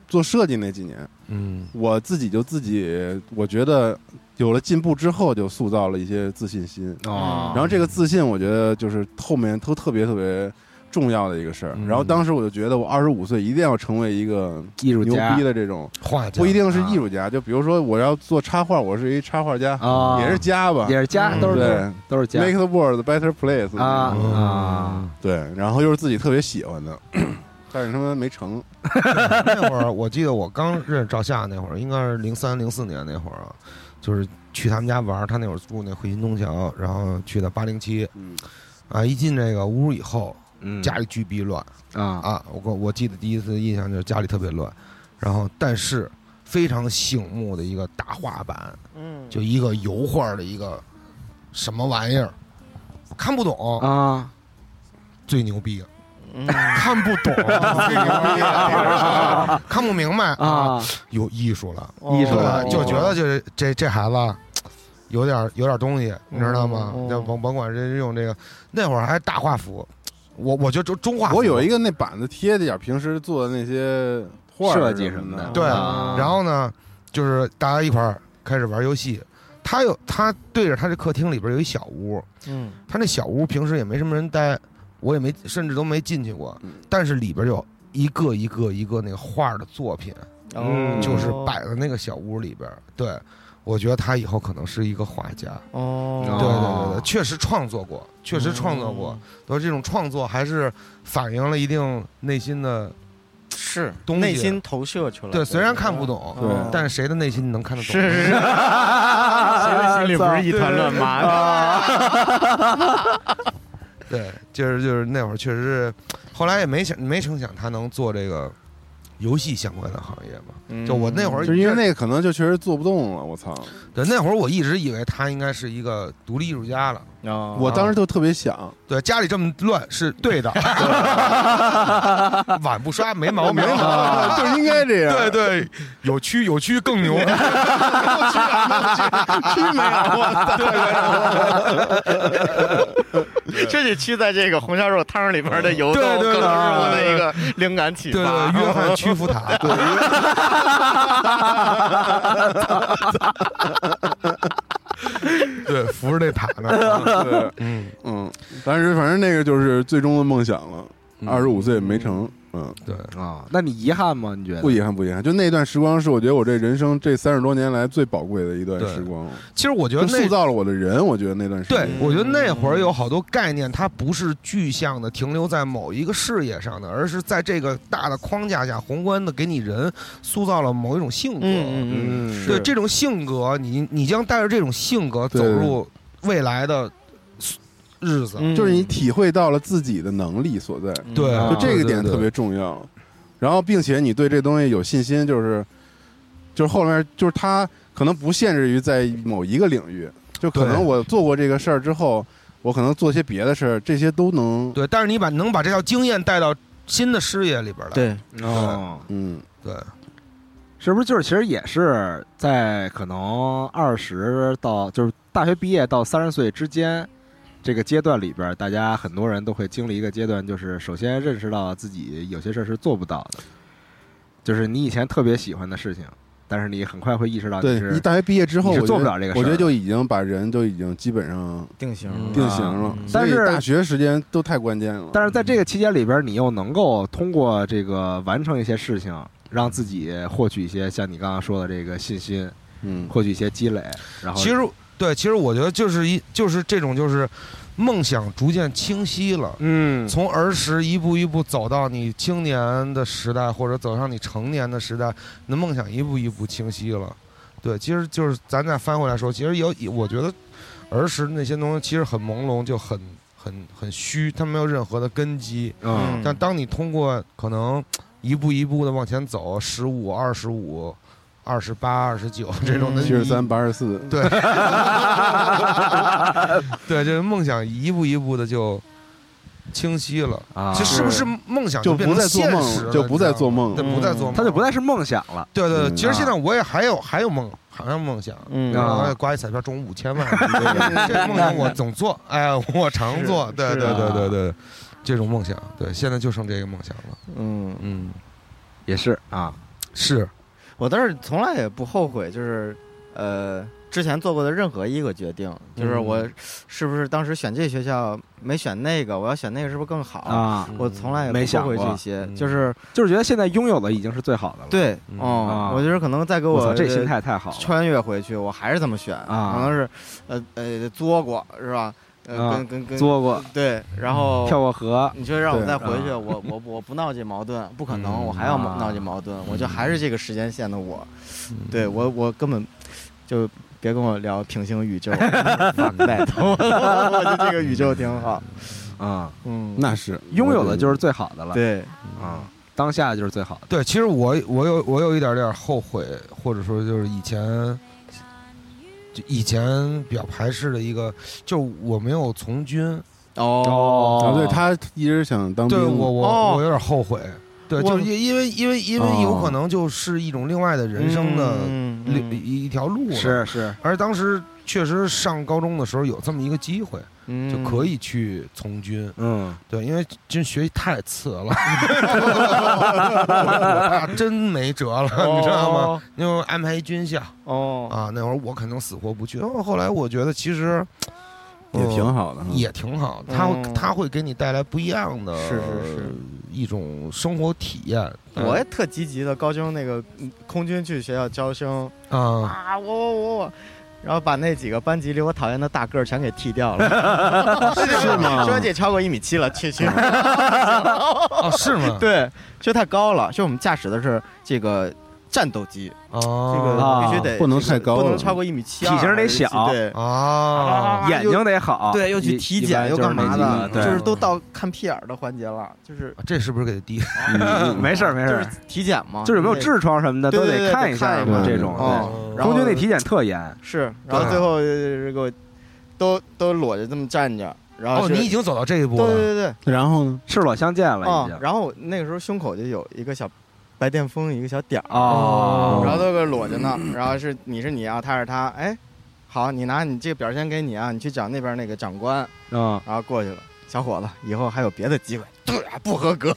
做设计那几年，嗯我自己就自己，我觉得有了进步之后，就塑造了一些自信心。哦然后这个自信，我觉得就是后面都特别特别重要的一个事儿嗯。然后当时我就觉得，我二十五岁一定要成为一个艺术牛家逼的这种，画家不 一定是艺术家。就比如说，我要做插画，我是一插画家，啊，也是家吧，也是家，嗯都是对都是家，Make the world a better place 啊嗯啊，对，然后又是自己特别喜欢的， 但是他妈没成。那会儿我记得我刚认识赵夏那会儿，应该是零三零四年那会儿啊，就是去他们家玩儿，他那会儿住那汇金东桥，然后去的八零七嗯啊，一进这个屋以后，嗯家里巨逼乱啊啊，我我记得第一次印象就是家里特别乱，然后但是非常醒目的一个大画板，嗯，就一个油画的一个什么玩意儿，看不懂，啊，最牛逼，嗯看不懂， 最牛逼啊，看不明白啊，有艺术了，艺术对了吧？哦就觉得就是这这孩子。有点有点东西，你知道吗哦？就甭甭管是用这个，那会儿还大画幅，我我觉得中中画幅。我有一个那板子贴的点儿，平时做的那些画儿设计什什么的的，，对啊然后呢，就是大家一块儿开始玩游戏。他有他对着他这客厅里边有一小屋，嗯他那小屋平时也没什么人待，我也没甚至都没进去过嗯，但是里边有一个一个一个那个画的作品，哦就是摆在那个小屋里边。对，我觉得他以后可能是一个画家。哦，对对对对，确实创作过，确实创作过嗯，，所以这种创作还是反映了一定内心的。是东西内心投射出来的。对，虽然看不懂，对哦但是谁的内心你能看得懂？是是是，谁的心里不是一团乱麻呢？对， 就是就是那会儿确实是，后来也没想没成想他能做这个游戏相关的行业嘛。嗯就我那会儿就是因为那个可能就确实做不动了，我操！对那会儿我一直以为他应该是一个独立艺术家了。哦我当时就特别想，对，家里这么乱是对 的，碗不刷没毛病。啊，就应该这样，对对，有区有区更牛。啊 这得去在这个红烧肉汤里边的油对对对一个灵感启对对，约 翰屈服塔。对，对，扶着那塔呢。对，嗯，嗯，但是反正那个就是最终的梦想了，二十五岁也没成，嗯，对，啊，那你遗憾吗？你觉得不遗憾不遗憾，就那段时光是我觉得我这人生这三十多年来最宝贵的一段对时光，其实我觉得就那塑造了我的人，我觉得那段时对间，，我觉得那会儿有好多概念，它不是具象的停留在某一个事业上的，而是在这个大的框架下，宏观的给你人塑造了某一种性格。嗯嗯嗯，对这种性格，你你将带着这种性格走对入未来的日子。嗯就是你体会到了自己的能力所在，对就啊嗯这对个对点对特别重要。然后，并且你对这东西有信心，就是就是后面就是它可能不限制于在某一个领域，就可能对我做过这个事儿之后，我可能做些别的事儿，这些都能对，但是你把能把这套经验带到新的事业里边来。对，哦，嗯对，是不是就是其实也是在可能二十到就是大学毕业到三十岁之间这个阶段里边儿，大家很多人都会经历一个阶段，就是首先认识到自己有些事儿是做不到的，就是你以前特别喜欢的事情，但是你很快会意识到你对啊是你大学毕业之后，你是我觉做得不了这个事儿我觉得就已经把人都已经基本上定型嗯了定型了嗯。所但以是大学时间都太关键了。但是在这个期间里边儿，你又能够通过这个完成一些事情，让自己获取一些像你刚刚说的这个信心，嗯，获取一些积累，然后其实对，其实我觉得就是一就是这种就是梦想逐渐清晰了。嗯从儿时一步一步走到你青年的时代，或者走上你成年的时代，你的梦想一步一步清晰了。对，其实就是咱再翻回来说，其实有，我觉得儿时那些东西其实很朦胧，就很很很虚，它没有任何的根基。嗯但当你通过可能一步一步的往前走，十五、二十五、二十八、二十九这种的，嗯七十三、八十四， 对，对，这个梦想一步一步的就清晰了。啊，这是不是梦想就变不成再做现实梦，了就不再做梦你知道吗对，了。嗯不再做梦，它就不再是梦想了。对对嗯对。其实现在啊我也还有还有梦，还有梦想。嗯然啊后刮一彩票中五千 万，这个梦想我总做，哎，我常做，对是对对啊对对，这种梦想，对，现在就剩这个梦想了，嗯，嗯，也是啊，是，我倒是从来也不后悔，就是呃之前做过的任何一个决定，就是嗯我是不是当时选这学校没选那个，我要选那个是不是更好？啊，我从来也没不想后悔过这些，嗯就是就是觉得现在拥有的已经是最好的了。，对嗯哦啊，我觉得可能再给我操，这呃心态太好了。穿越回去，我还是这么选，啊可能是呃呃作过是吧？呃，啊跟跟跟作过，对，然后跳过 河，你说让我对再回去，啊我我我不闹这矛盾，不可能，嗯我还要啊闹这矛盾，我就还是这个时间线的我，对我我根本就别跟我聊平行宇宙嗯，fuck that，我觉得这个宇宙挺好。 啊，嗯，那是拥有的就是最好的了，对，啊，当下就是最好的。对，其实我我有我有一点点后悔，或者说就是以前，就以前比较排斥的一个，就是我没有从军，啊，哦对他一直想当兵，对我我、哦我有点后悔，对，我哦就是因因为因为因为有可能就是一种另外的人生的嗯另、嗯一一条路了，是是，而当时确实上高中的时候有这么一个机会，嗯就可以去从军。嗯，对，因为军学习太次 了，我爸真没辙了，你知道吗？？因为安排一军校哦，啊，那会儿我肯定死活不去。然后后来我觉得其实也挺好，好的，也挺好。他嗯会他会给你带来不一样的是是是一种生活体验。我也特积极的，高中那个嗯空军去学校招生啊，啊，我我我，然后把那几个班级里我讨厌的大个儿全给剃掉了， 是吗娟姐超过一米七了，去去。哦，是吗？ 对，就太高了，就我们驾驶的是这个战斗机，这哦，个啊必须得不能这太个高不能了超过一米七，体型得小对。哦啊，眼睛得好，对，又一去体检，又干嘛的？一般就就是没劲是都到看屁眼儿的环节了，就是这是不是给他低？嗯对，没事儿没事就是儿，体检嘛，就是有没有对痔疮什么的啊对都对对得看一下得看一下这对种。哦，对然后空军那体检特严，是，然后对最后这个都都裸着这么站着，然后哦，啊是你已经走到这一步对了。对对然后呢，赤裸相见了对已啊经，。然后我那个时候胸口就有一个小白癜风，一个小点儿，哦，然后都给裸着呢，然后是你是你啊，他是他，哎，好，你拿你这个表先给你啊，你去找那边那个长官，嗯，然后过去了。小伙子，以后还有别的机会。 对啊，不合格。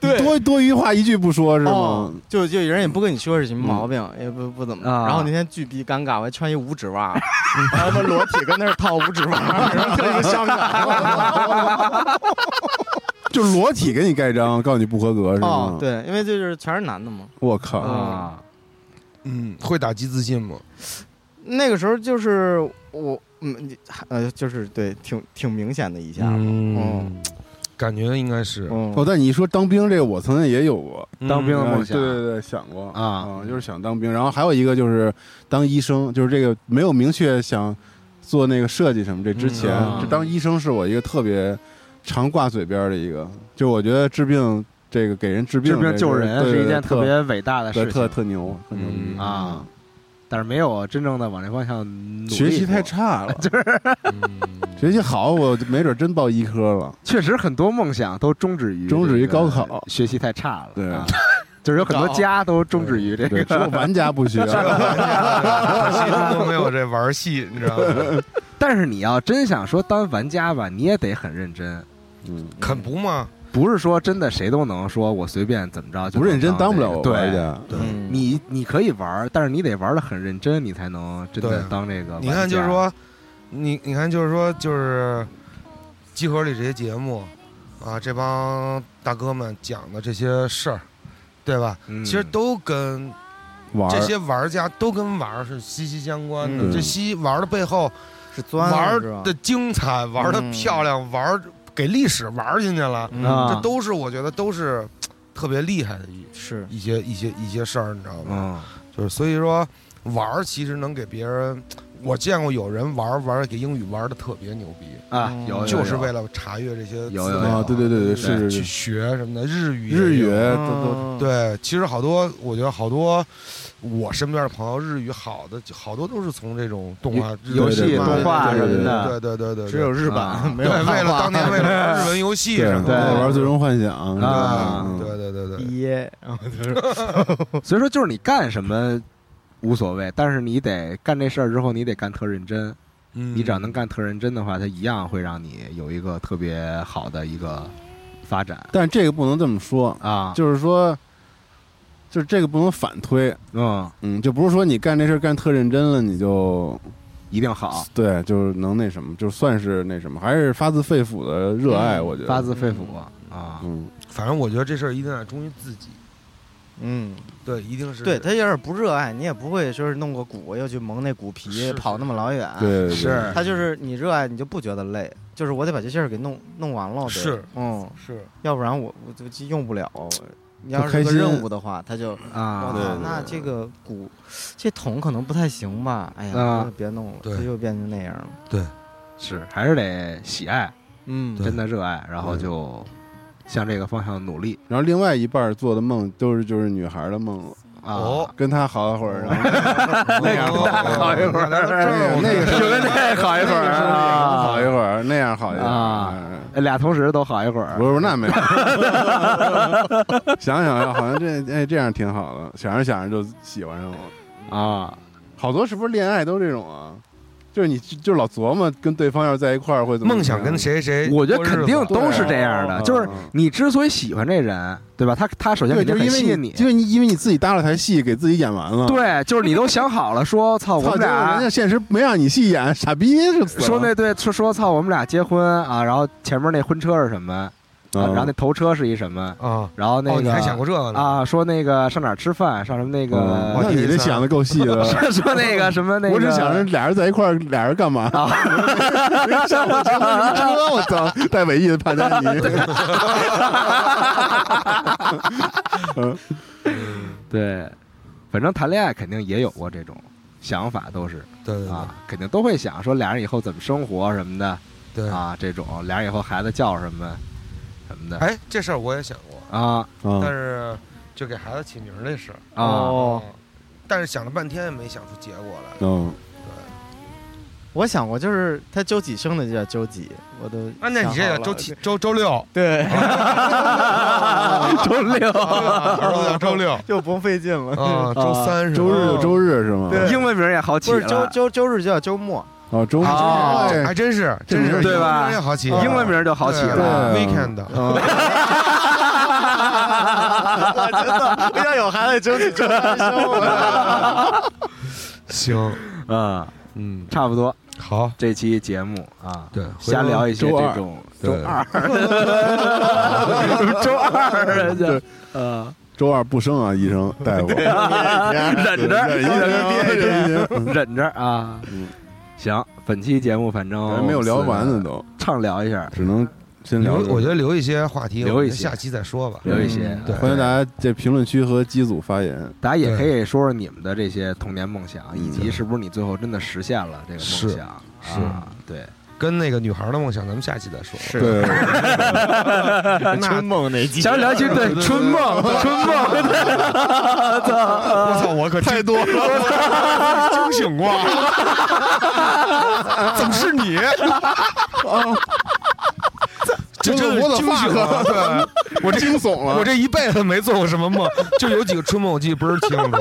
对多多余话一句不说是哦吗？，就就人也不跟你说是什么毛病，也不不怎么。啊然后那天巨逼尴尬，我还穿一五指 袜，然后他妈裸体跟那儿套五指袜，然后就一个香嗯港。 就裸体给你盖章，告诉你不合格是哦吗，？，对，因为就是全是男的嘛。我靠，啊，嗯，会打击自信吗？那个时候就是我，嗯，你呃，就是对，挺挺明显的一下。哦嗯，感觉应该是。嗯嗯，哦，但你说当兵这个，我曾经也有过当兵的 梦想对对对，想过嗯啊就是想当兵。然后还有一个就是当医生，就是这个没有明确想做那个设计什么这之前，嗯啊就当医生是我一个特别常挂嘴边的一个，就我觉得治病这个给人治病治这个病救人嗯对对是一件对特别伟大的对事特情特牛，特牛逼嗯啊，，但是没有真正的往这方向努力过学习太， 差了，嗯学习好我没准真报医科了。确实很多梦想都终止于终止于这个高考学习太差了，对啊，就是有很多家都终止于这对，个只有玩家 不学，可惜他们都没有这玩戏，你知道吗？ 但是你要真想说当玩家吧，你也得很认真，嗯，肯不嘛？不是说真的谁都能说我随便怎么着就不认真当不了这个玩对，家。对嗯你你可以玩儿，但是你得玩的很认真，你才能真对的啊当这个玩家。你看，就是说，你你看，就是说，就是集合里这些节目啊，这帮大哥们讲的这些事儿，对吧？嗯，其实都跟玩这儿些玩家都跟玩儿是息息相关的。嗯这息玩儿的背后，是钻玩儿是吧的精彩，玩儿的嗯漂亮，玩儿给历史玩儿进去了，嗯啊这都是我觉得都是特别厉害的一是一些一些一些事儿，你知道吗？嗯就是所以说玩儿其实能给别人，我见过有人玩儿玩儿给英语玩的特别牛逼，啊，嗯有有就是有为了查阅这些资有有料啊，对对对对，对是是去是，学什么的日语也日语有都都嗯对，其实好多，我觉得好多，我身边的朋友日语好的好多都是从这种动画、日游本戏、对动画对什对么的，对对对对，只有日啊版没对，有为汉了化当年为了玩日文游戏 对什么的，玩《最终幻想》啊嗯对对对对对，毕业，然后就是所以说，就是你干什么无所谓，但是你得干这事儿之后，你得干特认真。嗯你只要能干特认真的话，它一样会让你有一个特别好的一个发展但这个不能这么说，啊。就是说，就是这个不能反推，嗯，嗯，就不是说你干这事儿干特认真了，你就一定好，对，就是能那什么，就算是那什么，还是发自肺腑的热爱，我觉得嗯发自肺腑啊。嗯，反正我觉得这事儿一定得忠于自己，嗯，对，一定是对他要是不热爱，你也不会说是弄个鼓又去蒙那鼓皮，是跑那么老远。，对，对是他就是你热爱，你就不觉得累。就是我得把这事儿给弄弄完了。得是嗯，是要不然我我就用不了。你要是开个心任务的话，他就哦我啊对操对，那这个鼓，这桶可能不太行吧？哎啊呀，别弄了，对它又变成那样了。是还是得喜爱，嗯对真的热爱，然后就向这个方向努力然后另外一半儿做的梦都是就是女孩儿的梦了，啊。哦，跟他好一会儿，然后 那呃样好一会儿这我哦那个是就跟这好一会儿好一啊，会儿，那样好一会儿。啊 嗯俩同时都好一会儿不，是不是，那没有。想想呀，好像这哎这样挺好的，想着想着就喜欢上了。啊，好多是不是恋爱都这种啊？就是你就就老琢磨跟对方要是在一块儿会怎么 梦想样跟谁谁，我觉得肯定都是这样对的啊，就是你之所以喜欢这人，对吧？他他首先对，肯就定是很吸因为引你，你，就是你因为你自己搭了台戏，给自己演完了。，对，就是你都想好了，说操，啊我操，们结果人俩家现实没让你戏演，傻逼是死了说那对说说操，我们俩结婚啊，然后前面那婚车是什么，啊啊然后那头车是一什么，啊。然后那哦，你个还想过这个呢？啊，说那个上哪儿吃饭，上什么那嗯那个，你这想的够细的。 说那个什么那个，啊我只想着俩人在一块 儿，俩人干嘛？ 上我结婚什么车？我操！带尾翼的帕加尼， 对，反正谈恋爱肯定也有过这种想法，都是对对啊，肯定都会想说俩人以后怎么生活什么的对对。啊，这种俩人以后孩子叫什么什么的哎，这事儿我也想过，啊但嗯是就给孩子起名儿这事儿啊，哦，嗯但是想了半天也没想出结果来。啊嗯，我想过，就是他周几生的就叫周几，我都啊，那你这想好个了周七、周周六， 对， 周六儿子叫周 六，就不费劲了。啊，周三是吧周日就周日是吗？对英文名也好起不是周了，周周日就叫周末，哦，周日啊哎还真是，真是对吧英文也好起，啊英文名就好起嗯对了。对 Weekend， 我觉得我要有孩子周几周三生我。行，嗯，嗯，差不多好，这期节目啊，对，瞎聊一些周二这种对二， 周二对这呃，周二不生啊，医生大 夫，忍着，忍一忍一忍一忍忍着啊嗯。行，本期节目反还正哎没有聊完呢，，都，畅聊一下，只能先留聊。，我觉得留一些话题，留我们一些下期再说吧。留一些呃嗯。对欢迎大家在评论区和机组发言。大家也可以说说你们的这些童年梦想，嗯以及是不是你最后真的实现了这个梦想是啊？对，跟那个女孩的梦想，咱们下期再说。是对， 那梦那集想聊起对春梦，春梦，我操，我可太多了， 惊醒过，怎么是你？这这我的惊醒了，对，我这惊悚了我这一辈子没做过什么梦，就有几个春梦，我记得不是清楚。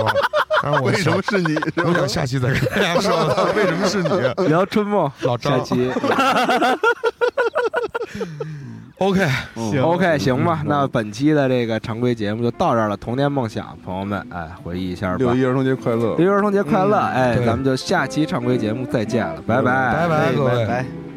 但是我为什么是你？想？我想下期再跟大家说，为什么是你？聊春梦，老下张期，OK，行嗯 OK 行吧？那本期的这个常规节目就到这儿了，童年梦想，朋友们，哎，回忆一下吧。六六一儿童节快乐！一儿童节快乐！哎，对咱们就下期常规节目再见了，拜拜，拜拜各位。哎拜。